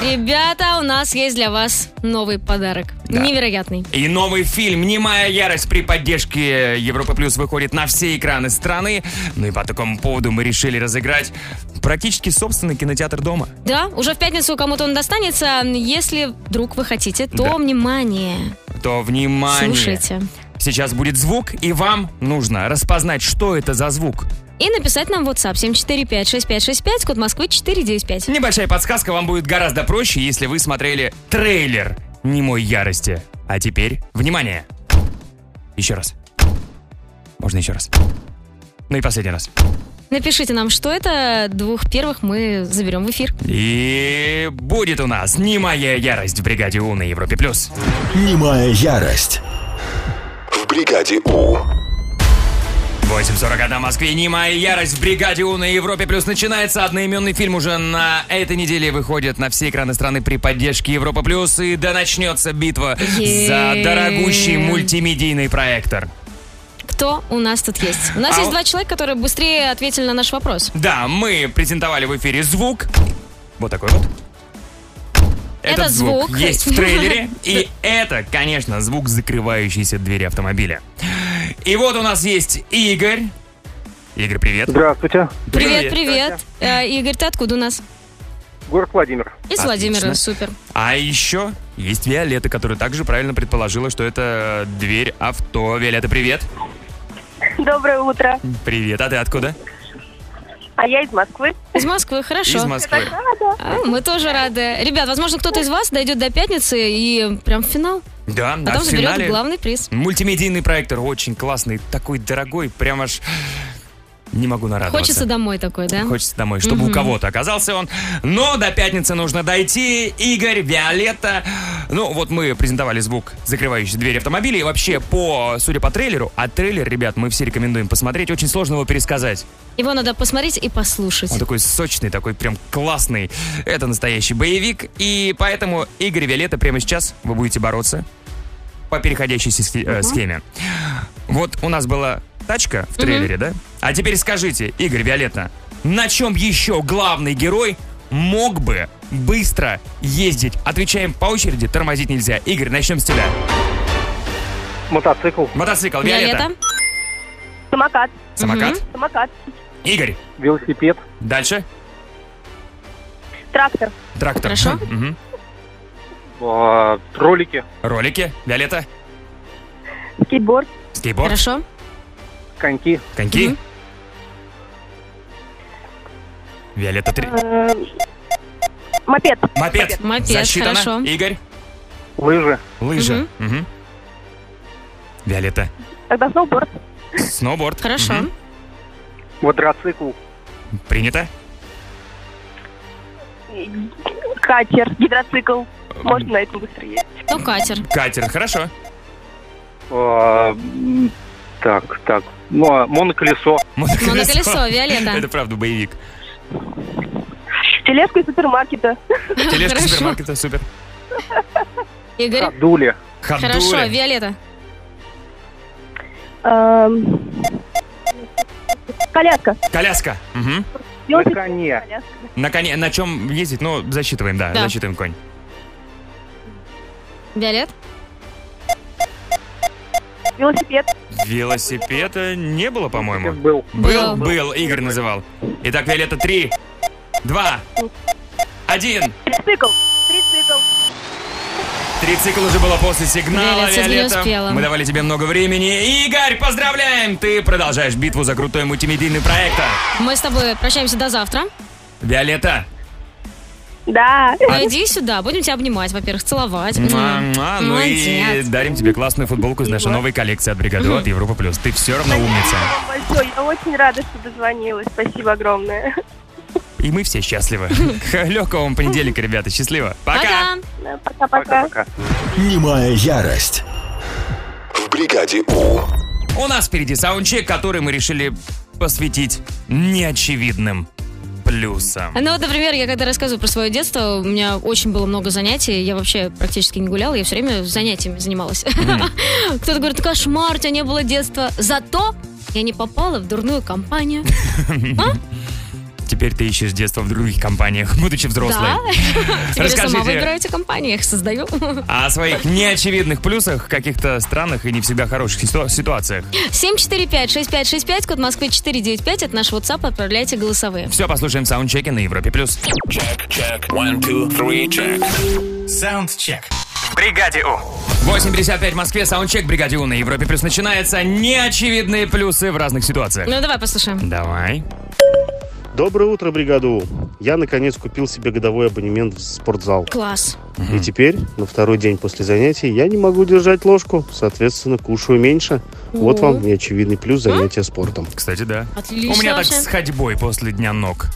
[SPEAKER 2] Ребята, у нас есть для вас новый подарок. Невероятный.
[SPEAKER 1] И новый фильм «Немая ярость» при поддержке Европа Плюс выходит на все экраны страны. Ну и по такому поводу мы решили разыграть практически собственный кинотеатр дома.
[SPEAKER 2] Да, уже в пятницу кому-то он достанется. Если вдруг вы хотите, то
[SPEAKER 1] Да.
[SPEAKER 2] внимание.
[SPEAKER 1] То внимание.
[SPEAKER 2] Слушайте.
[SPEAKER 1] Сейчас будет звук, и вам нужно распознать, что это за звук.
[SPEAKER 2] И написать нам в WhatsApp 745-6565, код Москвы 495.
[SPEAKER 1] Небольшая подсказка вам будет гораздо проще, если вы смотрели трейлер «Немой ярости». А теперь, внимание! Еще раз. Можно еще раз. Ну и последний раз.
[SPEAKER 2] Напишите нам, что это. Двух первых мы заберем в эфир.
[SPEAKER 1] И будет у нас «Немая ярость» в «Бригаде У» на Европе+. плюс.
[SPEAKER 3] Немая ярость. В бригаде У.
[SPEAKER 1] 8.41 в Москве. Немая ярость в «Бригаде У» на Европе+. плюс начинается. Одноименный фильм уже на этой неделе выходит на все экраны страны при поддержке Европа+. плюс. И да начнется битва за
[SPEAKER 2] Е-е-е.
[SPEAKER 1] дорогущий мультимедийный проектор.
[SPEAKER 2] Кто у нас тут есть? У нас
[SPEAKER 1] А
[SPEAKER 2] есть
[SPEAKER 1] у-
[SPEAKER 2] два человека, которые быстрее ответили на наш вопрос.
[SPEAKER 1] Да, мы презентовали в эфире звук. Вот такой вот.
[SPEAKER 2] Это
[SPEAKER 1] Этот звук,
[SPEAKER 2] звук.
[SPEAKER 1] есть в трейлере. И это, конечно, звук закрывающейся двери автомобиля. И вот у нас есть Игорь. Игорь, привет.
[SPEAKER 13] Здравствуйте.
[SPEAKER 2] Привет, привет. Э, Игорь, ты откуда у нас?
[SPEAKER 13] Город Владимир.
[SPEAKER 2] Из
[SPEAKER 1] Отлично.
[SPEAKER 2] Владимира, супер.
[SPEAKER 1] А еще есть Виолетта, которая также правильно предположила, что это э, дверь авто. Виолетта, привет.
[SPEAKER 10] Доброе утро.
[SPEAKER 1] Привет, а ты откуда?
[SPEAKER 10] А я из Москвы.
[SPEAKER 2] Из Москвы, хорошо.
[SPEAKER 1] Из Москвы.
[SPEAKER 2] А, мы тоже рады. Ребят, возможно, кто-то из вас дойдет до пятницы и прям в финал.
[SPEAKER 1] Да, да,
[SPEAKER 2] Потом
[SPEAKER 1] в
[SPEAKER 2] заберет
[SPEAKER 1] финале
[SPEAKER 2] главный приз.
[SPEAKER 1] Мультимедийный проектор очень классный, такой дорогой, прям аж не могу нарадоваться.
[SPEAKER 2] Хочется домой такой, да?
[SPEAKER 1] Хочется домой, чтобы у
[SPEAKER 2] Мгм.
[SPEAKER 1] кого-то оказался он. Но до пятницы нужно дойти. Игорь, Виолетта. Ну, вот мы презентовали звук, закрывающий дверь автомобиля. И вообще, по, судя по трейлеру, а трейлер, ребят, мы все рекомендуем посмотреть. Очень сложно его пересказать.
[SPEAKER 2] Его надо посмотреть и послушать.
[SPEAKER 1] Он такой сочный, такой прям классный. Это настоящий боевик. И поэтому, Игорь и Виолетта, прямо сейчас вы будете бороться по переходящей сис- э, схеме. Вот у нас была тачка в трейлере, да? А теперь скажите, Игорь, Виолетта, на чем еще главный герой мог бы быстро ездить? Отвечаем по очереди, тормозить нельзя. Игорь, начнем с тебя.
[SPEAKER 13] Мотоцикл.
[SPEAKER 1] Мотоцикл, Виолетта.
[SPEAKER 10] Самокат.
[SPEAKER 1] Самокат.
[SPEAKER 10] Мгм. Самокат.
[SPEAKER 1] Игорь.
[SPEAKER 13] Велосипед.
[SPEAKER 1] Дальше.
[SPEAKER 10] Трактор.
[SPEAKER 1] Трактор.
[SPEAKER 10] Хорошо.
[SPEAKER 1] Мгм.
[SPEAKER 13] А, Ролики.
[SPEAKER 1] Ролики. Виолетта.
[SPEAKER 10] Скейтборд.
[SPEAKER 1] Скейтборд.
[SPEAKER 13] Коньки.
[SPEAKER 1] Коньки. Виолетта, три.
[SPEAKER 10] Мопед.
[SPEAKER 1] Мопед.
[SPEAKER 10] Мопед,
[SPEAKER 1] Засчитано.
[SPEAKER 10] хорошо.
[SPEAKER 1] Игорь.
[SPEAKER 13] Лыжи.
[SPEAKER 1] Лыжи. Мгм. Виолетта.
[SPEAKER 10] Тогда сноуборд.
[SPEAKER 1] Сноуборд. Мгм.
[SPEAKER 13] Квадроцикл.
[SPEAKER 1] Принято.
[SPEAKER 10] Катер. Гидроцикл. Можно на этом быстрее.
[SPEAKER 2] Ну, катер.
[SPEAKER 1] Катер. Хорошо.
[SPEAKER 13] А, м, Так, так. Ну, а моноколесо.
[SPEAKER 2] Моноколесо, Виолетта.
[SPEAKER 1] Это правда боевик.
[SPEAKER 10] Тележка из супермаркета.
[SPEAKER 1] Тележка супермаркета. Супер.
[SPEAKER 2] Игорь.
[SPEAKER 13] Дули.
[SPEAKER 2] Хорошо, Виолетта.
[SPEAKER 10] Эм, Коляска.
[SPEAKER 1] Коляска. Мгм.
[SPEAKER 10] На
[SPEAKER 13] коне.
[SPEAKER 1] На коне. На чем ездить? Ну, засчитываем, да.
[SPEAKER 2] Да.
[SPEAKER 1] Засчитываем конь.
[SPEAKER 2] Виолет.
[SPEAKER 10] Велосипед.
[SPEAKER 1] Велосипеда не было, по-моему.
[SPEAKER 13] Был.
[SPEAKER 1] Был,
[SPEAKER 2] э,
[SPEAKER 1] был. Игорь называл. Итак, Виолетта, три, два, один.
[SPEAKER 10] Трицикл. Трицикл.
[SPEAKER 1] Трицикл уже было после сигнала,
[SPEAKER 2] Виолетта, не успела.
[SPEAKER 1] Мы давали тебе много времени. Игорь, поздравляем! Ты продолжаешь битву за крутой мультимедийный проектор.
[SPEAKER 2] Мы с тобой прощаемся до завтра.
[SPEAKER 1] Виолетта.
[SPEAKER 2] Да. Иди сюда, будем тебя обнимать, во-первых, целовать.
[SPEAKER 1] муа-муа, А Ну и
[SPEAKER 2] Молодец.
[SPEAKER 1] дарим тебе классную футболку из нашей новой коллекции от бригады
[SPEAKER 2] Мгм.
[SPEAKER 1] от Европа Плюс. Ты все равно умница.
[SPEAKER 10] Вам Большое. Я очень рада, что дозвонилась. Спасибо огромное.
[SPEAKER 1] И мы все счастливы. Легкого вам понедельника, ребята. Счастливо. Пока.
[SPEAKER 10] Да, Пока-пока.
[SPEAKER 3] Немая ярость. В бригаде У.
[SPEAKER 1] У нас впереди саундчек, который мы решили посвятить неочевидным плюсам.
[SPEAKER 2] Ну вот, например, я когда рассказываю про свое детство, у меня очень было много занятий, я вообще практически не гуляла, я все время занятиями занималась. Кто-то говорит, кошмар, у тебя не было детства. Зато я не попала в дурную компанию.
[SPEAKER 1] Теперь ты ищешь детство в других компаниях, будучи взрослой.
[SPEAKER 2] Да. Теперь я сама
[SPEAKER 1] Расскажите.
[SPEAKER 2] выбираю эти компании, я их создаю.
[SPEAKER 1] А О своих неочевидных плюсах, каких-то странных и не всегда хороших ситу- ситуациях.
[SPEAKER 2] 745-6565, код Москвы 495, это наш WhatsApp, отправляйте голосовые.
[SPEAKER 1] Все, послушаем саундчеки на Европе+. плюс.
[SPEAKER 5] Check, check, one, two, three, check. Саундчек.
[SPEAKER 14] В бригаде У.
[SPEAKER 1] 8.55 в Москве, саундчек бригаде У на Европе Плюс начинается. Неочевидные плюсы в разных ситуациях.
[SPEAKER 2] Ну давай послушаем.
[SPEAKER 1] Давай.
[SPEAKER 7] Доброе утро, бригаду. Я наконец купил себе годовой абонемент в спортзал.
[SPEAKER 2] Класс.
[SPEAKER 7] И теперь, на второй день после занятий, я не могу держать ложку, соответственно, кушаю меньше. Вот
[SPEAKER 2] О.
[SPEAKER 7] вам неочевидный плюс занятия спортом.
[SPEAKER 1] Кстати, да.
[SPEAKER 2] Отлично
[SPEAKER 1] У меня так
[SPEAKER 2] вообще.
[SPEAKER 1] с ходьбой после дня ног.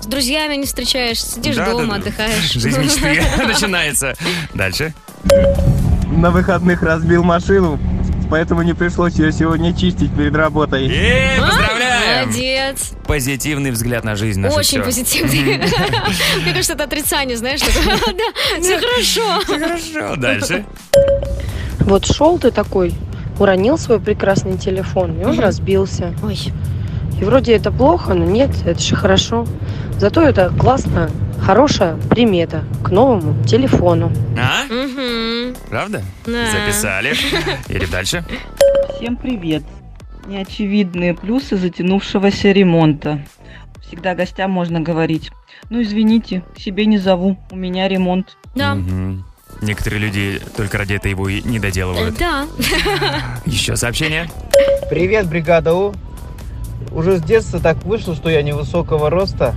[SPEAKER 2] С друзьями не встречаешься, сидишь
[SPEAKER 1] Да, да, да.
[SPEAKER 2] дома, отдыхаешь.
[SPEAKER 1] Жизнь мечты начинается. Дальше.
[SPEAKER 15] На выходных разбил машину, поэтому не пришлось ее сегодня чистить перед работой.
[SPEAKER 1] Эй, Э, поздравляем!
[SPEAKER 2] А, Молодец.
[SPEAKER 1] Позитивный взгляд на жизнь. наше
[SPEAKER 2] Очень
[SPEAKER 1] всё.
[SPEAKER 2] позитивный. Мне кажется, это отрицание, знаешь, такое. Да, все
[SPEAKER 1] Ну,
[SPEAKER 2] хорошо. Все
[SPEAKER 1] хорошо. Дальше.
[SPEAKER 10] Вот шел ты такой, уронил свой прекрасный телефон, и он
[SPEAKER 2] Мгм.
[SPEAKER 10] разбился. Ой. И вроде это плохо, но нет, это же хорошо. Зато это классно, хорошая примета к новому телефону.
[SPEAKER 1] А?
[SPEAKER 2] Мгм.
[SPEAKER 1] Правда?
[SPEAKER 2] А.
[SPEAKER 10] Да.
[SPEAKER 1] Записали. Или дальше.
[SPEAKER 16] Всем привет! Неочевидные плюсы затянувшегося ремонта. Всегда гостям можно говорить. Ну, извините, к себе не зову, у меня ремонт.
[SPEAKER 2] Да.
[SPEAKER 1] Мгм. Некоторые люди только ради этого его и не доделывают.
[SPEAKER 2] Да. Эм.
[SPEAKER 1] Еще сообщение.
[SPEAKER 6] Привет, бригада У. Уже с детства так вышло, что я невысокого роста.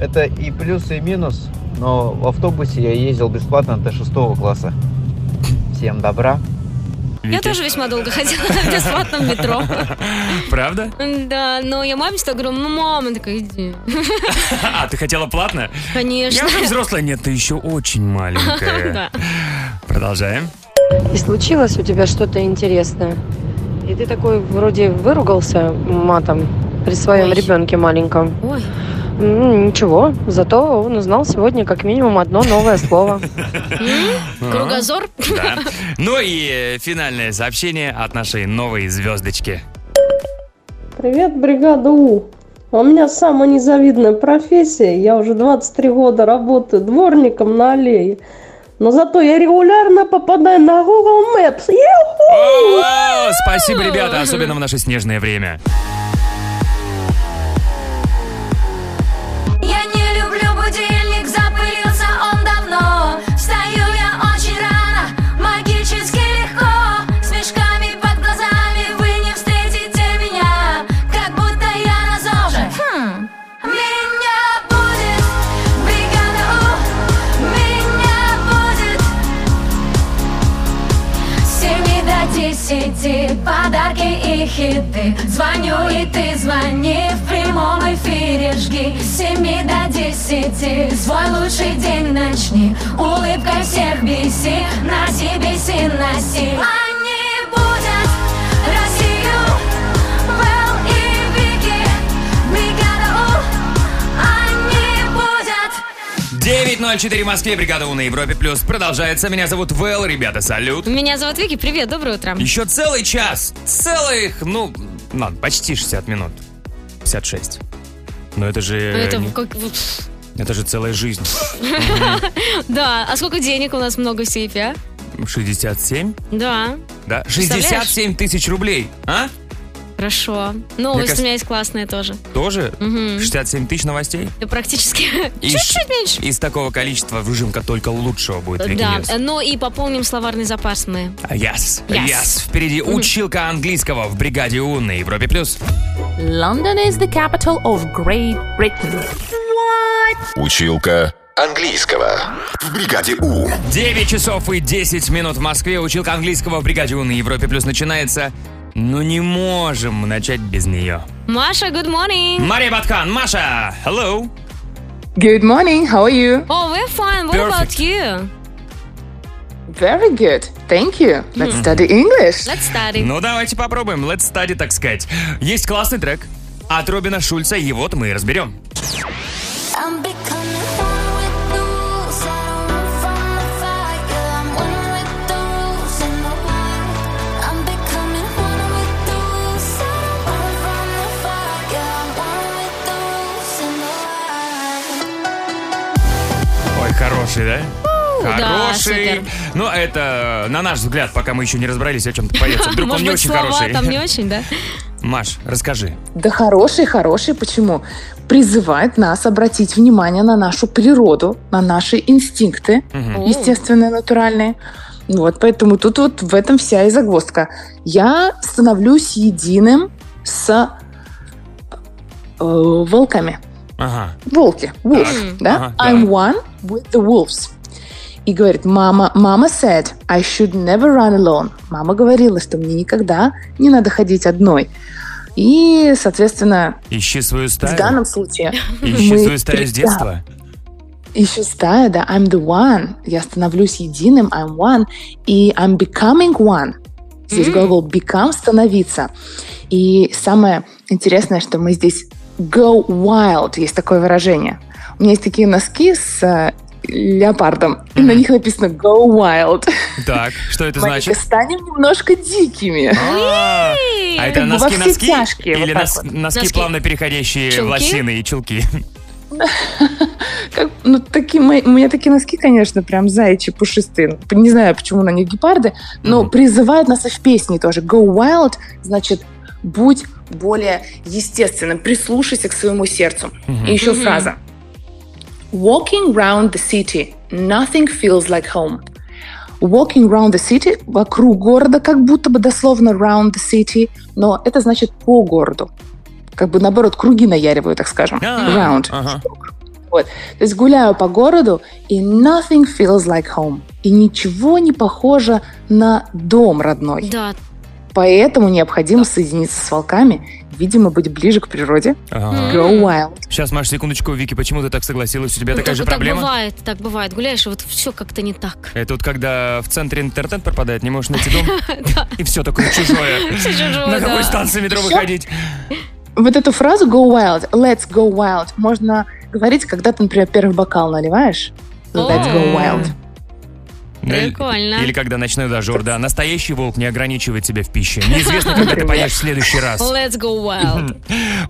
[SPEAKER 6] Это и плюс, и минус. Но в автобусе я ездил бесплатно до шестого класса. Всем добра.
[SPEAKER 2] Я тоже весьма долго ходила в бесплатном метро.
[SPEAKER 1] Правда?
[SPEAKER 2] Да, но я маме всегда говорю, ну, мама, она такая, иди.
[SPEAKER 1] А, ты хотела платно?
[SPEAKER 2] Конечно.
[SPEAKER 1] Я уже взрослая. Нет, ты еще очень маленькая.
[SPEAKER 10] Да.
[SPEAKER 1] Продолжаем.
[SPEAKER 10] И случилось у тебя что-то интересное. И ты такой вроде выругался матом при своем ребенке маленьком.
[SPEAKER 2] Ой.
[SPEAKER 10] Ну, Ничего, зато он узнал сегодня как минимум одно новое слово.
[SPEAKER 1] А.
[SPEAKER 2] Кругозор.
[SPEAKER 1] Да. Ну и э, финальное сообщение от нашей новой звездочки.
[SPEAKER 17] Привет, бригада У. У меня самая незавидная профессия. Я уже 23 года работаю дворником на аллее. Но зато я регулярно попадаю на Google Maps. Ю-ху!
[SPEAKER 1] О, спасибо, ребята, особенно в наше снежное время.
[SPEAKER 18] Я не люблю будильник, запылился он давно Встаю я очень рано, магически легко С мешками под глазами вы не встретите меня Как будто я на ЗОЖе Хм. Меня будет бригада У Меня будет с 7 до 10 подарки и хиты Звоню и ты звони в прямом эфире жги С 7 до 10 свой лучший день начни Улыбкой всех беси, носи, беси, носи Они будут Россию, Вэл и Вики Бригада У, они будут
[SPEAKER 1] 9.04 в Москве, бригада У на Европе Плюс продолжается. Меня зовут Вэл, ребята, салют.
[SPEAKER 2] Меня зовут Вики, привет, доброе утро.
[SPEAKER 1] Еще целый час, целых, ну, ладно, почти 60 минут. 56. Но это же...
[SPEAKER 2] Это
[SPEAKER 1] не-
[SPEAKER 2] как-
[SPEAKER 1] это же целая жизнь.
[SPEAKER 2] Да, а сколько денег у нас много в сейфе, а?
[SPEAKER 1] 67?
[SPEAKER 2] Да,
[SPEAKER 1] Да,
[SPEAKER 2] Представляешь?
[SPEAKER 1] 67 тысяч рублей, а?
[SPEAKER 2] хорошо. Новость
[SPEAKER 1] кажется-
[SPEAKER 2] у меня есть классная тоже.
[SPEAKER 1] Тоже?
[SPEAKER 2] Мгм.
[SPEAKER 1] 67 тысяч новостей?
[SPEAKER 2] Да, Практически.
[SPEAKER 1] Из-
[SPEAKER 2] Чуть-чуть меньше.
[SPEAKER 1] Из такого количества выжимка только лучшего будет Вики
[SPEAKER 2] Да,
[SPEAKER 1] Ньюс.
[SPEAKER 2] но и пополним словарный запас мы.
[SPEAKER 1] А, Yes,
[SPEAKER 2] Yes.
[SPEAKER 1] yes. Впереди училка английского в бригаде У на Европе плюс.
[SPEAKER 19] London is the capital of Great Britain.
[SPEAKER 4] Училка английского в бригаде У.
[SPEAKER 1] 9 часов и 10 минут в Москве. Училка английского в бригаде У на Европе плюс начинается. Но не можем мы начать без нее.
[SPEAKER 2] Маша, good morning.
[SPEAKER 1] Мария Баткан, Маша, hello.
[SPEAKER 19] Good morning, how are you?
[SPEAKER 2] Oh, we're fine. What about you?
[SPEAKER 19] Very good, thank you. Let's study English.
[SPEAKER 2] Let's study.
[SPEAKER 1] Ну давайте попробуем, let's study, так сказать. Есть классный трек от Робина Шульца, его-то мы и разберем.
[SPEAKER 18] I'm becoming one with the rules. I don't run from the fire. I'm one with the rules and the wild. I'm becoming one with the rules. I don't run from the fire. I'm one with the rules and the wild.
[SPEAKER 1] Ой, хороший, да?
[SPEAKER 18] да,
[SPEAKER 1] Хороший.
[SPEAKER 18] супер.
[SPEAKER 1] Ну, это, на наш взгляд, пока мы еще не разобрались, о чем то поется. Вдруг он
[SPEAKER 2] Может
[SPEAKER 1] не
[SPEAKER 2] быть,
[SPEAKER 1] очень
[SPEAKER 2] слова
[SPEAKER 1] хороший.
[SPEAKER 2] там не очень, да?
[SPEAKER 1] Маш, расскажи.
[SPEAKER 19] Да хороший, хороший. Почему? Призывает нас обратить внимание на нашу природу, на наши инстинкты,
[SPEAKER 1] Мгм.
[SPEAKER 19] естественные, натуральные. Вот, поэтому тут вот в этом вся и загвоздка. Я становлюсь единым с э, волками.
[SPEAKER 1] Ага.
[SPEAKER 19] Волки,
[SPEAKER 1] Так,
[SPEAKER 19] wolf, да?
[SPEAKER 1] ага,
[SPEAKER 19] I'm one with the wolves. И говорит, мама, мама said, I should never run alone. Мама говорила, что мне никогда не надо ходить одной. И, соответственно,
[SPEAKER 1] Ищи свою
[SPEAKER 19] в
[SPEAKER 1] стаю.
[SPEAKER 19] данном случае
[SPEAKER 1] Ищи
[SPEAKER 19] мы
[SPEAKER 1] свою стаю с
[SPEAKER 19] переста-
[SPEAKER 1] детства.
[SPEAKER 19] Еще стая, да, I'm the one. Я становлюсь единым, I'm one. И I'm becoming one. Здесь
[SPEAKER 20] М.
[SPEAKER 19] глагол become – становиться. И самое интересное, что мы здесь go wild, есть такое выражение. У меня есть такие носки с э, леопардом, и на них написано go wild.
[SPEAKER 1] Так, что это
[SPEAKER 19] Маленько
[SPEAKER 1] значит?
[SPEAKER 19] станем немножко дикими.
[SPEAKER 1] А а это
[SPEAKER 19] Как бы во все
[SPEAKER 1] носки-носки?
[SPEAKER 19] тяжкие,
[SPEAKER 1] Или
[SPEAKER 19] вот так
[SPEAKER 1] нос-
[SPEAKER 19] вот.
[SPEAKER 1] носки,
[SPEAKER 19] Носки.
[SPEAKER 1] плавно переходящие в
[SPEAKER 19] Чулки?
[SPEAKER 1] лосины и чулки?
[SPEAKER 19] Как- ну, такие, мои- у меня такие носки, конечно, прям заячьи, пушистые. Не знаю, почему на них гепарды, но призывают нас и в песне тоже. Go wild, значит, будь более естественным, прислушайся к своему сердцу.
[SPEAKER 21] Мгм.
[SPEAKER 19] И еще
[SPEAKER 21] Мгм.
[SPEAKER 19] фраза. Walking round the city, nothing feels like home. Walking round the city, вокруг города, как будто бы дословно round the city, но это значит по городу. Как бы наоборот, круги наяриваю, так
[SPEAKER 1] А,
[SPEAKER 19] скажем. Round.
[SPEAKER 1] Ага.
[SPEAKER 19] Вот. То есть гуляю по городу, и nothing feels like home. И ничего не похоже на дом родной.
[SPEAKER 2] Да.
[SPEAKER 19] Поэтому необходимо соединиться с волками, видимо, быть ближе к природе.
[SPEAKER 1] Ага.
[SPEAKER 19] Go wild.
[SPEAKER 1] Сейчас, Маш, секундочку, Вики, почему ты так согласилась? У тебя
[SPEAKER 2] Ну,
[SPEAKER 1] такая
[SPEAKER 2] так,
[SPEAKER 1] же
[SPEAKER 2] так
[SPEAKER 1] проблема?
[SPEAKER 2] бывает, так бывает. Гуляешь, и вот все как-то не так.
[SPEAKER 1] Это вот когда в центре интернет пропадает, не можешь найти дом, и все такое чужое.
[SPEAKER 2] Всё чужое,
[SPEAKER 1] На какой
[SPEAKER 2] Ну да.
[SPEAKER 1] станции метро
[SPEAKER 19] Ещё?
[SPEAKER 1] выходить?
[SPEAKER 19] Вот эту фразу go wild, let's go wild, можно говорить, когда ты, например, первый бокал наливаешь. Let's go wild.
[SPEAKER 1] Ну, или-
[SPEAKER 2] Прикольно.
[SPEAKER 1] Или когда ночной дожор, да. Настоящий волк не ограничивает тебя в пище. Неизвестно, когда ты поешь в следующий раз.
[SPEAKER 2] Let's go wild.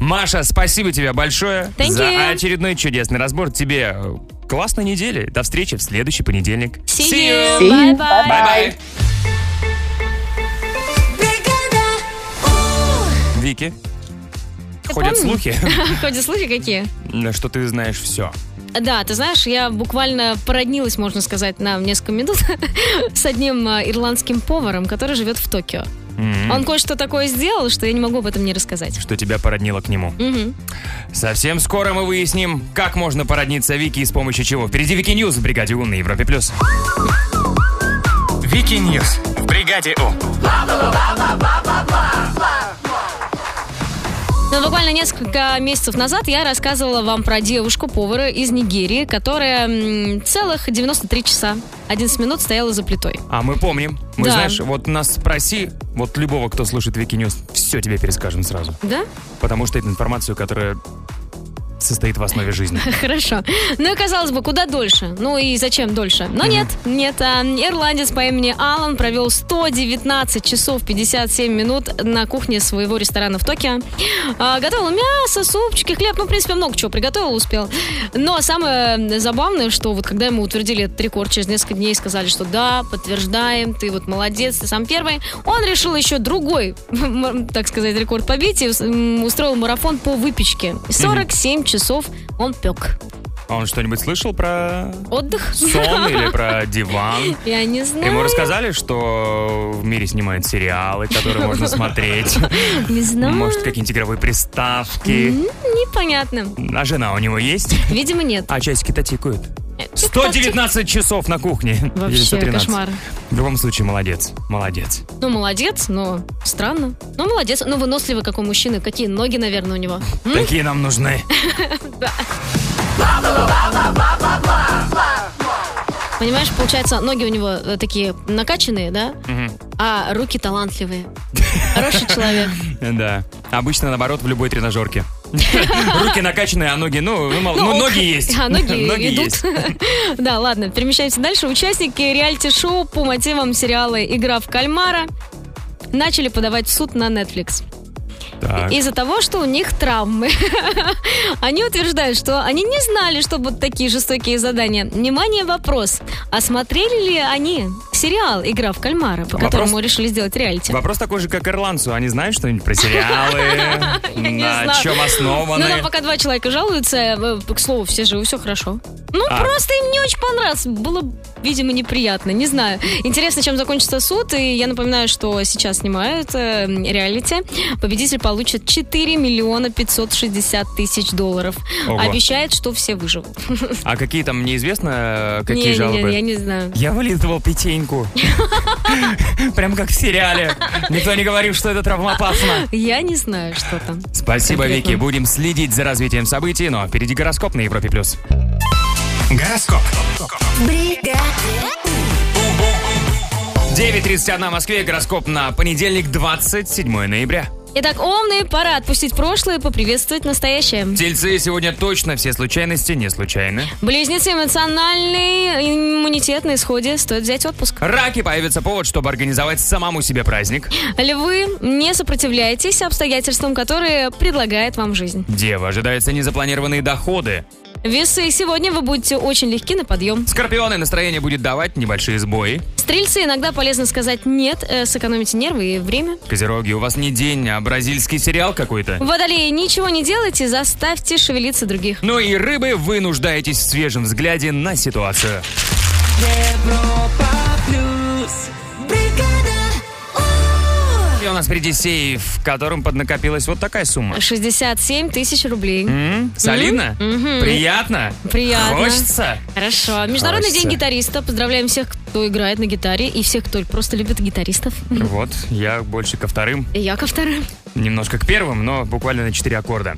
[SPEAKER 1] Маша, спасибо тебе большое
[SPEAKER 2] Thank
[SPEAKER 1] за
[SPEAKER 2] you.
[SPEAKER 1] очередной чудесный разбор. Тебе э, классной недели. До встречи в следующий понедельник.
[SPEAKER 2] See you.
[SPEAKER 1] See you.
[SPEAKER 2] Bye-bye.
[SPEAKER 1] Bye-bye. Вики,
[SPEAKER 2] Ты
[SPEAKER 1] ходят
[SPEAKER 2] помнишь?
[SPEAKER 1] слухи,
[SPEAKER 2] Ходят слухи какие?
[SPEAKER 1] что ты знаешь все.
[SPEAKER 2] Да, ты знаешь, я буквально породнилась, можно сказать, на несколько минут с одним э, ирландским поваром, который живет в Токио. Он кое-что такое сделал, что я не могу об этом не рассказать.
[SPEAKER 1] Что тебя породнило к нему.
[SPEAKER 2] Мгм.
[SPEAKER 1] Совсем скоро мы выясним, как можно породниться Вики и с помощью чего. Впереди Вики Ньюс в бригаде У на Европе плюс.
[SPEAKER 5] Вики Ньюс в бригаде У.
[SPEAKER 2] Ну, буквально несколько месяцев назад я рассказывала вам про девушку-повара из Нигерии, которая м, целых 93 часа 11 минут стояла за плитой.
[SPEAKER 1] А мы помним. Мы,
[SPEAKER 2] Да.
[SPEAKER 1] знаешь, вот нас спроси, вот любого, кто слушает Вики Ньюс, все тебе перескажем сразу.
[SPEAKER 2] Да?
[SPEAKER 1] Потому что это информация, которая состоит в основе жизни.
[SPEAKER 2] Хорошо. Ну и казалось бы, куда дольше? Ну и зачем дольше? Но нет, нет. а, Ирландец по имени Алан провел 119 часов 57 минут на кухне своего ресторана в Токио. А, Готовил мясо, супчики, хлеб. Ну, в принципе, много чего приготовил, успел. Но самое забавное, что вот когда ему утвердили этот рекорд через несколько дней, сказали, что да, подтверждаем, ты вот молодец, ты сам первый. Он решил еще другой, м, так сказать, рекорд побить и ус- м, устроил марафон по выпечке. 47 часов он пек.
[SPEAKER 1] А он что-нибудь слышал про
[SPEAKER 2] Отдых?
[SPEAKER 1] сон или про диван?
[SPEAKER 2] Я не знаю.
[SPEAKER 1] Ему рассказали, что в мире снимают сериалы, которые можно смотреть.
[SPEAKER 2] Не знаю.
[SPEAKER 1] Может, какие-нибудь игровые приставки.
[SPEAKER 2] М, Непонятно.
[SPEAKER 1] А жена у него есть?
[SPEAKER 2] Видимо, нет.
[SPEAKER 1] А часики-то тикают. 119 часов на кухне.
[SPEAKER 2] Вообще
[SPEAKER 1] Или 113.
[SPEAKER 2] кошмар.
[SPEAKER 1] В любом случае, молодец. Молодец.
[SPEAKER 2] Ну, молодец, но странно. Ну, молодец. Ну, выносливый, как у мужчины. Какие ноги, наверное, у него. М?
[SPEAKER 1] Такие нам нужны.
[SPEAKER 2] Понимаешь, получается, ноги у него э, такие накачанные, да?
[SPEAKER 1] Мгм.
[SPEAKER 2] А руки талантливые. Хороший человек.
[SPEAKER 1] Да. Обычно, наоборот, в любой тренажерке. Руки накачанные, а ноги, ну, ну, мало- ну,
[SPEAKER 2] ок.
[SPEAKER 1] ноги есть.
[SPEAKER 2] А, ноги, идут.
[SPEAKER 1] есть.
[SPEAKER 2] да, ладно, перемещаемся дальше. Участники реалити-шоу по мотивам сериала «Игра в кальмара» начали подавать в суд на Netflix.
[SPEAKER 1] Так.
[SPEAKER 2] Из-за того, что у них травмы. они утверждают, что они не знали, что будут такие жестокие задания. Внимание, вопрос. А смотрели ли они сериал «Игра в кальмара», по которому
[SPEAKER 1] Вопрос-
[SPEAKER 2] решили сделать реалити.
[SPEAKER 1] Вопрос такой же, как ирландцу. Они знают что-нибудь про сериалы?
[SPEAKER 2] Я не
[SPEAKER 1] На
[SPEAKER 2] знаю.
[SPEAKER 1] чем основаны?
[SPEAKER 2] Ну, там пока два человека жалуются. э, К слову, все живы, все хорошо. Ну,
[SPEAKER 1] А.
[SPEAKER 2] просто им не очень понравилось. Было, видимо, неприятно. Не знаю. Интересно, чем закончится суд. И я напоминаю, что сейчас снимают э, реалити. Победитель получит 4 миллиона 560 тысяч долларов.
[SPEAKER 1] Ого.
[SPEAKER 2] Обещает, что все выживут.
[SPEAKER 1] А какие там, неизвестно, какие
[SPEAKER 2] Не-не-не,
[SPEAKER 1] жалобы?
[SPEAKER 2] я не знаю.
[SPEAKER 1] Я вылизывал пятеньку. Прям как в сериале. Никто не говорил, что это травмоопасно.
[SPEAKER 2] Я не знаю, что там.
[SPEAKER 1] Спасибо,
[SPEAKER 2] Конкретно.
[SPEAKER 1] Вики. Будем следить за развитием событий, но впереди гороскоп на Европе+. плюс. Гороскоп.
[SPEAKER 4] Бригада.
[SPEAKER 1] 9.31 в Москве. Гороскоп на понедельник, 27 ноября.
[SPEAKER 2] Итак, умные, пора отпустить прошлое и поприветствовать настоящее.
[SPEAKER 1] Тельцы сегодня точно все случайности не случайны.
[SPEAKER 2] Близнецы эмоциональный иммунитет на исходе, стоит взять отпуск.
[SPEAKER 1] Раки появится повод, чтобы организовать самому себе праздник.
[SPEAKER 2] Львы, не сопротивляйтесь обстоятельствам, которые предлагает вам жизнь.
[SPEAKER 1] Дева ожидаются незапланированные доходы.
[SPEAKER 2] Весы, сегодня вы будете очень легки на подъем.
[SPEAKER 1] Скорпионы настроение будет давать небольшие сбои.
[SPEAKER 2] Стрельцы, иногда полезно сказать «нет», э, сэкономите нервы и время.
[SPEAKER 1] Козероги, у вас не день, а бразильский сериал какой-то.
[SPEAKER 2] Водолеи, ничего не делайте, заставьте шевелиться других.
[SPEAKER 1] Ну и рыбы, вы нуждаетесь в свежем взгляде на ситуацию. И у нас впереди сейф, в котором поднакопилась вот такая сумма.
[SPEAKER 2] 67 тысяч рублей.
[SPEAKER 1] М? Солидно?
[SPEAKER 2] Мгм.
[SPEAKER 1] Приятно?
[SPEAKER 2] Приятно.
[SPEAKER 1] Хочется?
[SPEAKER 2] Хорошо. Международный
[SPEAKER 1] Хочется.
[SPEAKER 2] день гитариста. Поздравляем всех, кто играет на гитаре и всех, кто просто любит гитаристов.
[SPEAKER 1] Вот, я больше ко вторым,
[SPEAKER 2] И я ко вторым.
[SPEAKER 1] немножко к первым, но буквально на четыре аккорда.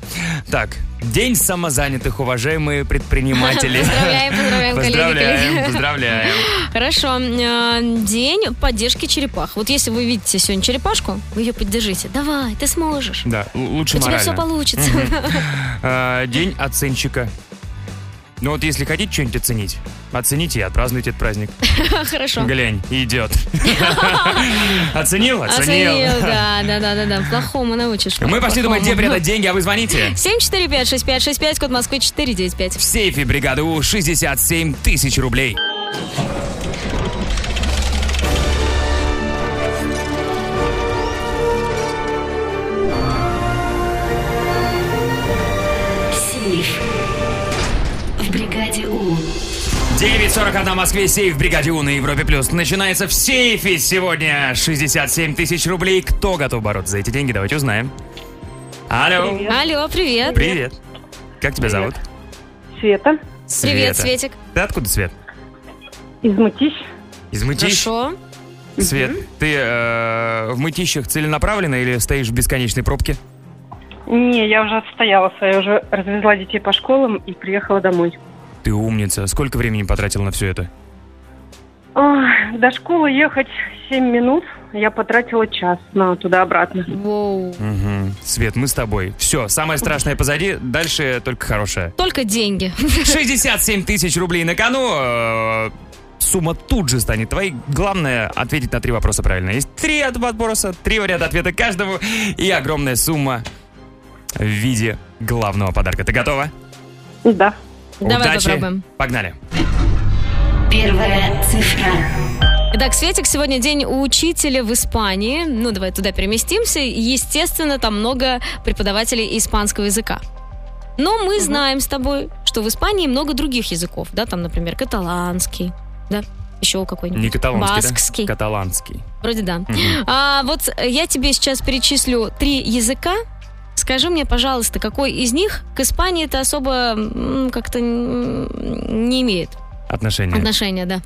[SPEAKER 1] Так, день самозанятых, уважаемые предприниматели.
[SPEAKER 2] Поздравляем, поздравляем, коллеги,
[SPEAKER 1] Поздравляем,
[SPEAKER 2] коллеги.
[SPEAKER 1] поздравляем.
[SPEAKER 2] Хорошо. Э, День поддержки черепах. Вот если вы видите сегодня черепашку, вы ее поддержите. Давай, ты сможешь.
[SPEAKER 1] Да, л- лучше
[SPEAKER 2] У тебя
[SPEAKER 1] морально.
[SPEAKER 2] все получится.
[SPEAKER 1] Мгм. А, День оценщика. Ну вот если хотите что-нибудь оценить, оцените и отпразднуйте этот праздник.
[SPEAKER 2] Хорошо.
[SPEAKER 1] Глянь, идет. Оценил? Оценил.
[SPEAKER 2] Оценил, да, да, да, да, да. Плохому научишь.
[SPEAKER 1] Мы пошли думать, где
[SPEAKER 2] Плохому.
[SPEAKER 1] прятать деньги, а вы звоните.
[SPEAKER 2] 745-6565, код Москвы
[SPEAKER 1] В
[SPEAKER 2] 495.
[SPEAKER 1] сейфе бригады У 67 тысяч рублей.
[SPEAKER 4] Сейф. В бригаде У.
[SPEAKER 1] 9.41 в Москве, сейф в бригаде У на Европе Плюс. Начинается в сейфе сегодня 67 тысяч рублей. Кто готов бороться за эти деньги? Давайте узнаем. Алло.
[SPEAKER 2] Алло, привет.
[SPEAKER 1] Привет. Как тебя зовут?
[SPEAKER 10] Света
[SPEAKER 2] Привет, Светик.
[SPEAKER 1] Ты откуда, Свет?
[SPEAKER 10] из Мытищ.
[SPEAKER 1] Из Мытищ?
[SPEAKER 2] Хорошо.
[SPEAKER 1] Свет, ты э, в Мытищах целенаправленно или стоишь в бесконечной пробке?
[SPEAKER 10] Не, я уже отстояла свою, уже развезла детей по школам и приехала домой.
[SPEAKER 1] Ты умница. Сколько времени потратил на все это?
[SPEAKER 10] Ой, до школы ехать 7 минут, я потратила час на туда-обратно.
[SPEAKER 2] Воу.
[SPEAKER 1] Мгм. Свет, мы с тобой. Все, самое страшное позади, дальше только хорошее.
[SPEAKER 2] Только деньги.
[SPEAKER 1] 67 тысяч рублей на кону. э, Сумма тут же станет твоей. Главное ответить на три вопроса правильно. Есть три от- вопроса, три варианта ответа каждому и огромная сумма в виде главного подарка. Ты готова?
[SPEAKER 10] Да.
[SPEAKER 2] Давай
[SPEAKER 1] Удачи.
[SPEAKER 2] попробуем.
[SPEAKER 1] Погнали.
[SPEAKER 4] Первая цифра.
[SPEAKER 2] Итак, Светик, сегодня день учителя в Испании. Ну, давай туда переместимся. Естественно, там много преподавателей испанского языка. Но мы знаем с тобой, что в Испании много других языков. Да, там, например, каталанский, да, еще какой-нибудь.
[SPEAKER 1] Не каталонский, да?
[SPEAKER 2] Баскский.
[SPEAKER 1] Каталанский.
[SPEAKER 2] Вроде да.
[SPEAKER 1] Мгм.
[SPEAKER 2] А, вот я тебе сейчас перечислю три языка. Скажи мне, пожалуйста, какой из них к Испании это особо м, как-то м, не имеет
[SPEAKER 1] Отношения.
[SPEAKER 2] отношения, да.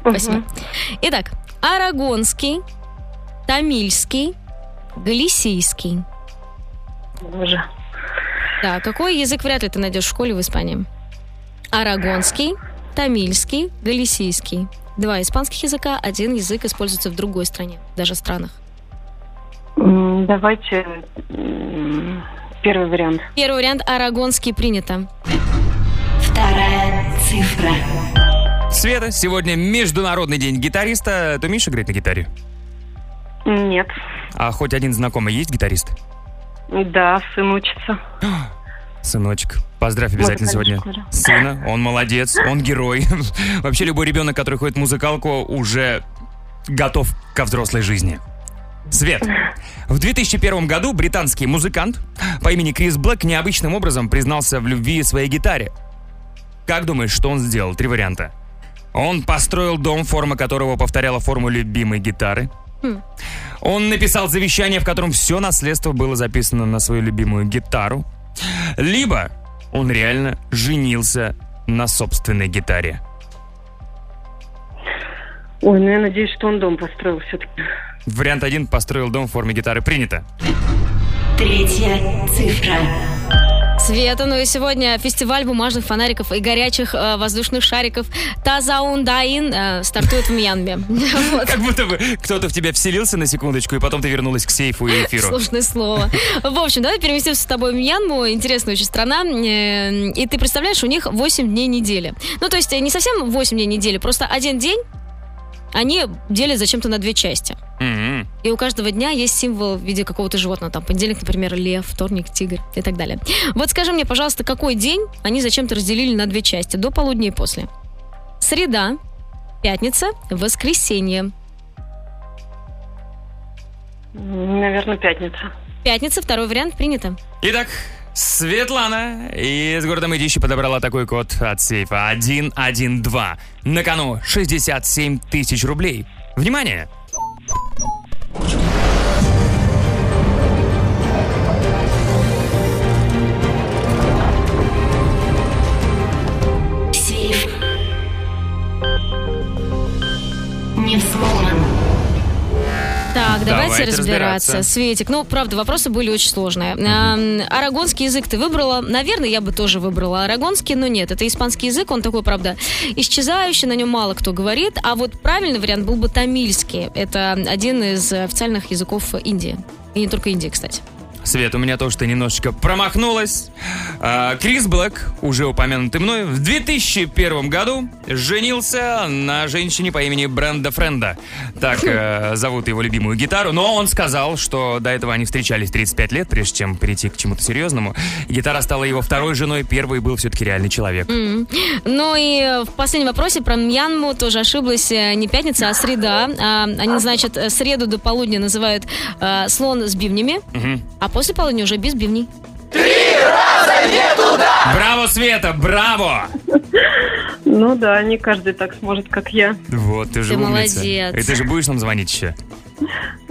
[SPEAKER 2] Спасибо. Итак, арагонский, тамильский, галисийский.
[SPEAKER 10] Боже.
[SPEAKER 2] Да, какой язык вряд ли ты найдешь в школе в Испании? Арагонский, тамильский, галисийский. Два испанских языка, один язык используется в другой стране, даже странах.
[SPEAKER 10] М, Давайте м, первый вариант.
[SPEAKER 2] Первый вариант арагонский принято.
[SPEAKER 4] Вторая цифра.
[SPEAKER 1] Света, сегодня Международный день гитариста. Ты умеешь играть на гитаре?
[SPEAKER 10] Нет.
[SPEAKER 1] А хоть один знакомый есть гитарист?
[SPEAKER 10] Да, сын учится.
[SPEAKER 1] Сыночек, поздравь обязательно сегодня
[SPEAKER 10] Музыкальную школу.
[SPEAKER 1] сына. Он молодец, он герой. Вообще любой ребенок, который ходит в музыкалку, уже готов ко взрослой жизни. Свет. В 2001 году британский музыкант по имени Крис Блэк необычным образом признался в любви своей гитаре. Как думаешь, что он сделал? Три варианта. Он построил дом, форма которого повторяла форму любимой гитары.
[SPEAKER 2] Хм.
[SPEAKER 1] Он написал завещание, в котором все наследство было записано на свою любимую гитару. Либо он реально женился на собственной гитаре.
[SPEAKER 10] Ой, ну я надеюсь, что он дом построил все-таки.
[SPEAKER 1] Вариант один построил дом в форме гитары. Принято.
[SPEAKER 2] Третья цифра. Света, ну и сегодня фестиваль бумажных фонариков и горячих э, воздушных шариков Тазаундаин э, стартует в Мьянме.
[SPEAKER 1] Как будто бы кто-то в тебя вселился на секундочку, и потом ты вернулась к сейфу и эфиру.
[SPEAKER 2] Сложное слово. В общем, давай переместимся с тобой в Мьянму. Интересная очень страна. Э, И ты представляешь, у них 8 дней недели. Ну, то есть э, не совсем 8 дней недели, просто один день они делят зачем-то на две части.
[SPEAKER 1] Мгм.
[SPEAKER 2] И у каждого дня есть символ в виде какого-то животного. Там понедельник, например, лев, вторник, тигр и так далее. Вот скажи мне, пожалуйста, какой день они зачем-то разделили на две части, до полудня и после? Среда, пятница, воскресенье.
[SPEAKER 10] Наверное, пятница.
[SPEAKER 2] Пятница, второй вариант принято.
[SPEAKER 1] Итак, Светлана из города Медищи подобрала такой код от сейфа 112. На кону 67 тысяч рублей. Внимание!
[SPEAKER 4] Сейф. Не взломан.
[SPEAKER 2] Так, давайте,
[SPEAKER 4] Давайте
[SPEAKER 2] разбираться.
[SPEAKER 4] разбираться.
[SPEAKER 2] Светик, ну, правда, вопросы были очень сложные. Эм, Арагонский язык ты выбрала. Наверное, я бы тоже выбрала арагонский, но нет. Это испанский язык, он такой, правда, исчезающий, на нем мало кто говорит. А вот правильный вариант был бы тамильский. Это один из официальных языков Индии. И не только Индии, кстати.
[SPEAKER 1] Свет, у меня тоже ты немножечко промахнулась. А, Крис Блэк, уже упомянутый мной, в 2001 году женился на женщине по имени Бренда Френда.
[SPEAKER 10] Хм.
[SPEAKER 1] Так э, зовут его любимую гитару. Но он сказал, что до этого они встречались 35 лет, прежде чем перейти к чему-то серьезному. Гитара стала его второй женой, первый был все-таки реальный человек.
[SPEAKER 2] М. Ну и э, в последнем вопросе про Мьянму тоже ошиблась э, не пятница, а среда. А, Они, значит, э, среду до полудня называют э, слон с бивнями,
[SPEAKER 1] Мгм.
[SPEAKER 2] а после полудня уже без бивней.
[SPEAKER 1] Браво, Света, браво!
[SPEAKER 10] Ну да, не каждый так сможет, как я.
[SPEAKER 1] Вот, ты же
[SPEAKER 10] Ты
[SPEAKER 1] умница.
[SPEAKER 10] молодец.
[SPEAKER 1] И ты же будешь нам звонить еще.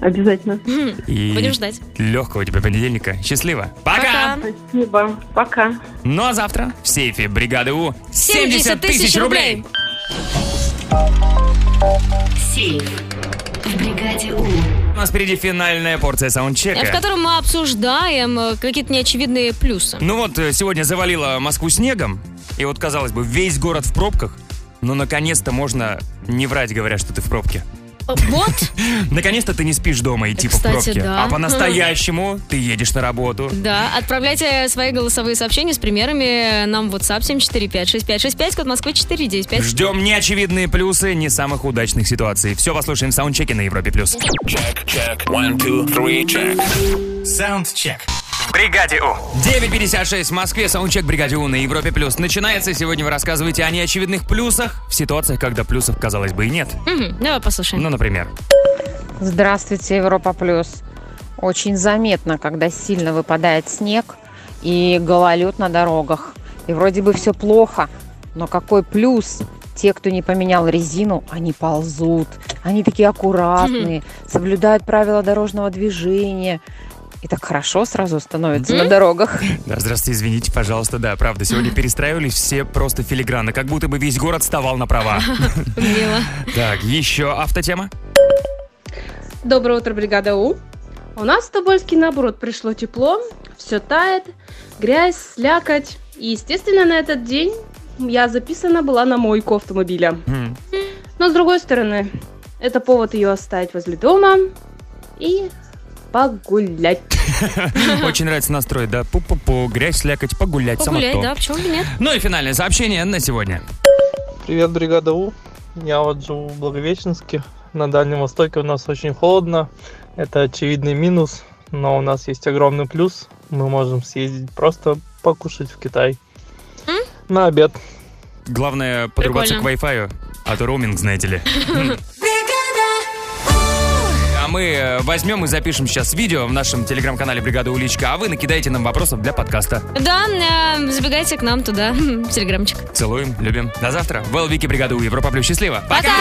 [SPEAKER 10] Обязательно.
[SPEAKER 1] И
[SPEAKER 10] Будем ждать.
[SPEAKER 1] Легкого тебе понедельника. Счастливо. Пока!
[SPEAKER 10] Спасибо. Пока.
[SPEAKER 1] Ну а завтра в сейфе бригады У
[SPEAKER 4] 70 тысяч рублей. Сейф. В бригаде У.
[SPEAKER 1] У нас впереди финальная порция саундчека.
[SPEAKER 2] Э, В котором мы обсуждаем э, какие-то неочевидные плюсы.
[SPEAKER 1] Ну вот, э, сегодня завалило Москву снегом, и вот, казалось бы, весь город в пробках, но наконец-то можно не врать, говоря, что ты в пробке.
[SPEAKER 2] Э, Вот,
[SPEAKER 1] Наконец-то ты не спишь дома и типа
[SPEAKER 2] Кстати,
[SPEAKER 1] в пробке.
[SPEAKER 2] да.
[SPEAKER 1] А по-настоящему ты едешь на работу.
[SPEAKER 2] да. Отправляйте свои голосовые сообщения с примерами нам в WhatsApp 7456565, код Москвы 495.
[SPEAKER 1] Ждем неочевидные плюсы не самых удачных ситуаций. Все послушаем в саундчеке на Европе+. плюс. Саундчек.
[SPEAKER 5] В бригаде У.
[SPEAKER 1] 9.56 в Москве, саундчек бригаде У на Европе Плюс. Начинается, сегодня вы рассказываете о неочевидных плюсах в ситуациях, когда плюсов, казалось бы, и нет.
[SPEAKER 2] Мгм, Давай послушаем.
[SPEAKER 1] Ну, например.
[SPEAKER 20] Здравствуйте, Европа Плюс. Очень заметно, когда сильно выпадает снег и гололед на дорогах. И вроде бы все плохо, но какой плюс? Те, кто не поменял резину, они ползут. Они такие аккуратные, соблюдают правила дорожного движения. И так хорошо сразу становится на дорогах.
[SPEAKER 1] Да, здравствуйте, извините, пожалуйста, да, правда, сегодня перестраивались все просто филигранно, как будто бы весь город вставал на права.
[SPEAKER 4] Ну,
[SPEAKER 2] Мило.
[SPEAKER 1] Так, еще автотема.
[SPEAKER 21] Доброе утро, бригада У. У нас в Тобольске, наоборот, пришло тепло, все тает, грязь, слякоть. И, естественно, на этот день я записана была на мойку автомобиля.
[SPEAKER 1] Хм.
[SPEAKER 21] Но, с другой стороны, это повод ее оставить возле дома и погулять.
[SPEAKER 1] Очень нравится настрой, да, пу-пу-пу, грязь, слякоть, погулять, само
[SPEAKER 21] Погулять,
[SPEAKER 1] то.
[SPEAKER 21] да,
[SPEAKER 2] почему бы нет?
[SPEAKER 1] Ну и финальное сообщение на сегодня.
[SPEAKER 22] Привет, бригада У. Я вот живу в Благовещенске. На Дальнем Востоке у нас очень холодно. Это очевидный минус, но у нас есть огромный плюс. Мы можем съездить просто покушать в Китай. На обед.
[SPEAKER 1] Главное, подрубаться к
[SPEAKER 22] Прикольно.
[SPEAKER 1] Wi-Fi, а то роуминг, знаете ли.
[SPEAKER 4] Бригада
[SPEAKER 1] мы э, возьмем и запишем сейчас видео в нашем телеграм-канале «Бригада Уличка», а вы накидаете нам вопросов для подкаста.
[SPEAKER 2] Да, э, забегайте к нам туда, в телеграмчик.
[SPEAKER 1] Целуем, любим. До завтра. Вел Вики Бригада У. Европа Плюс. Счастливо.
[SPEAKER 2] Пока!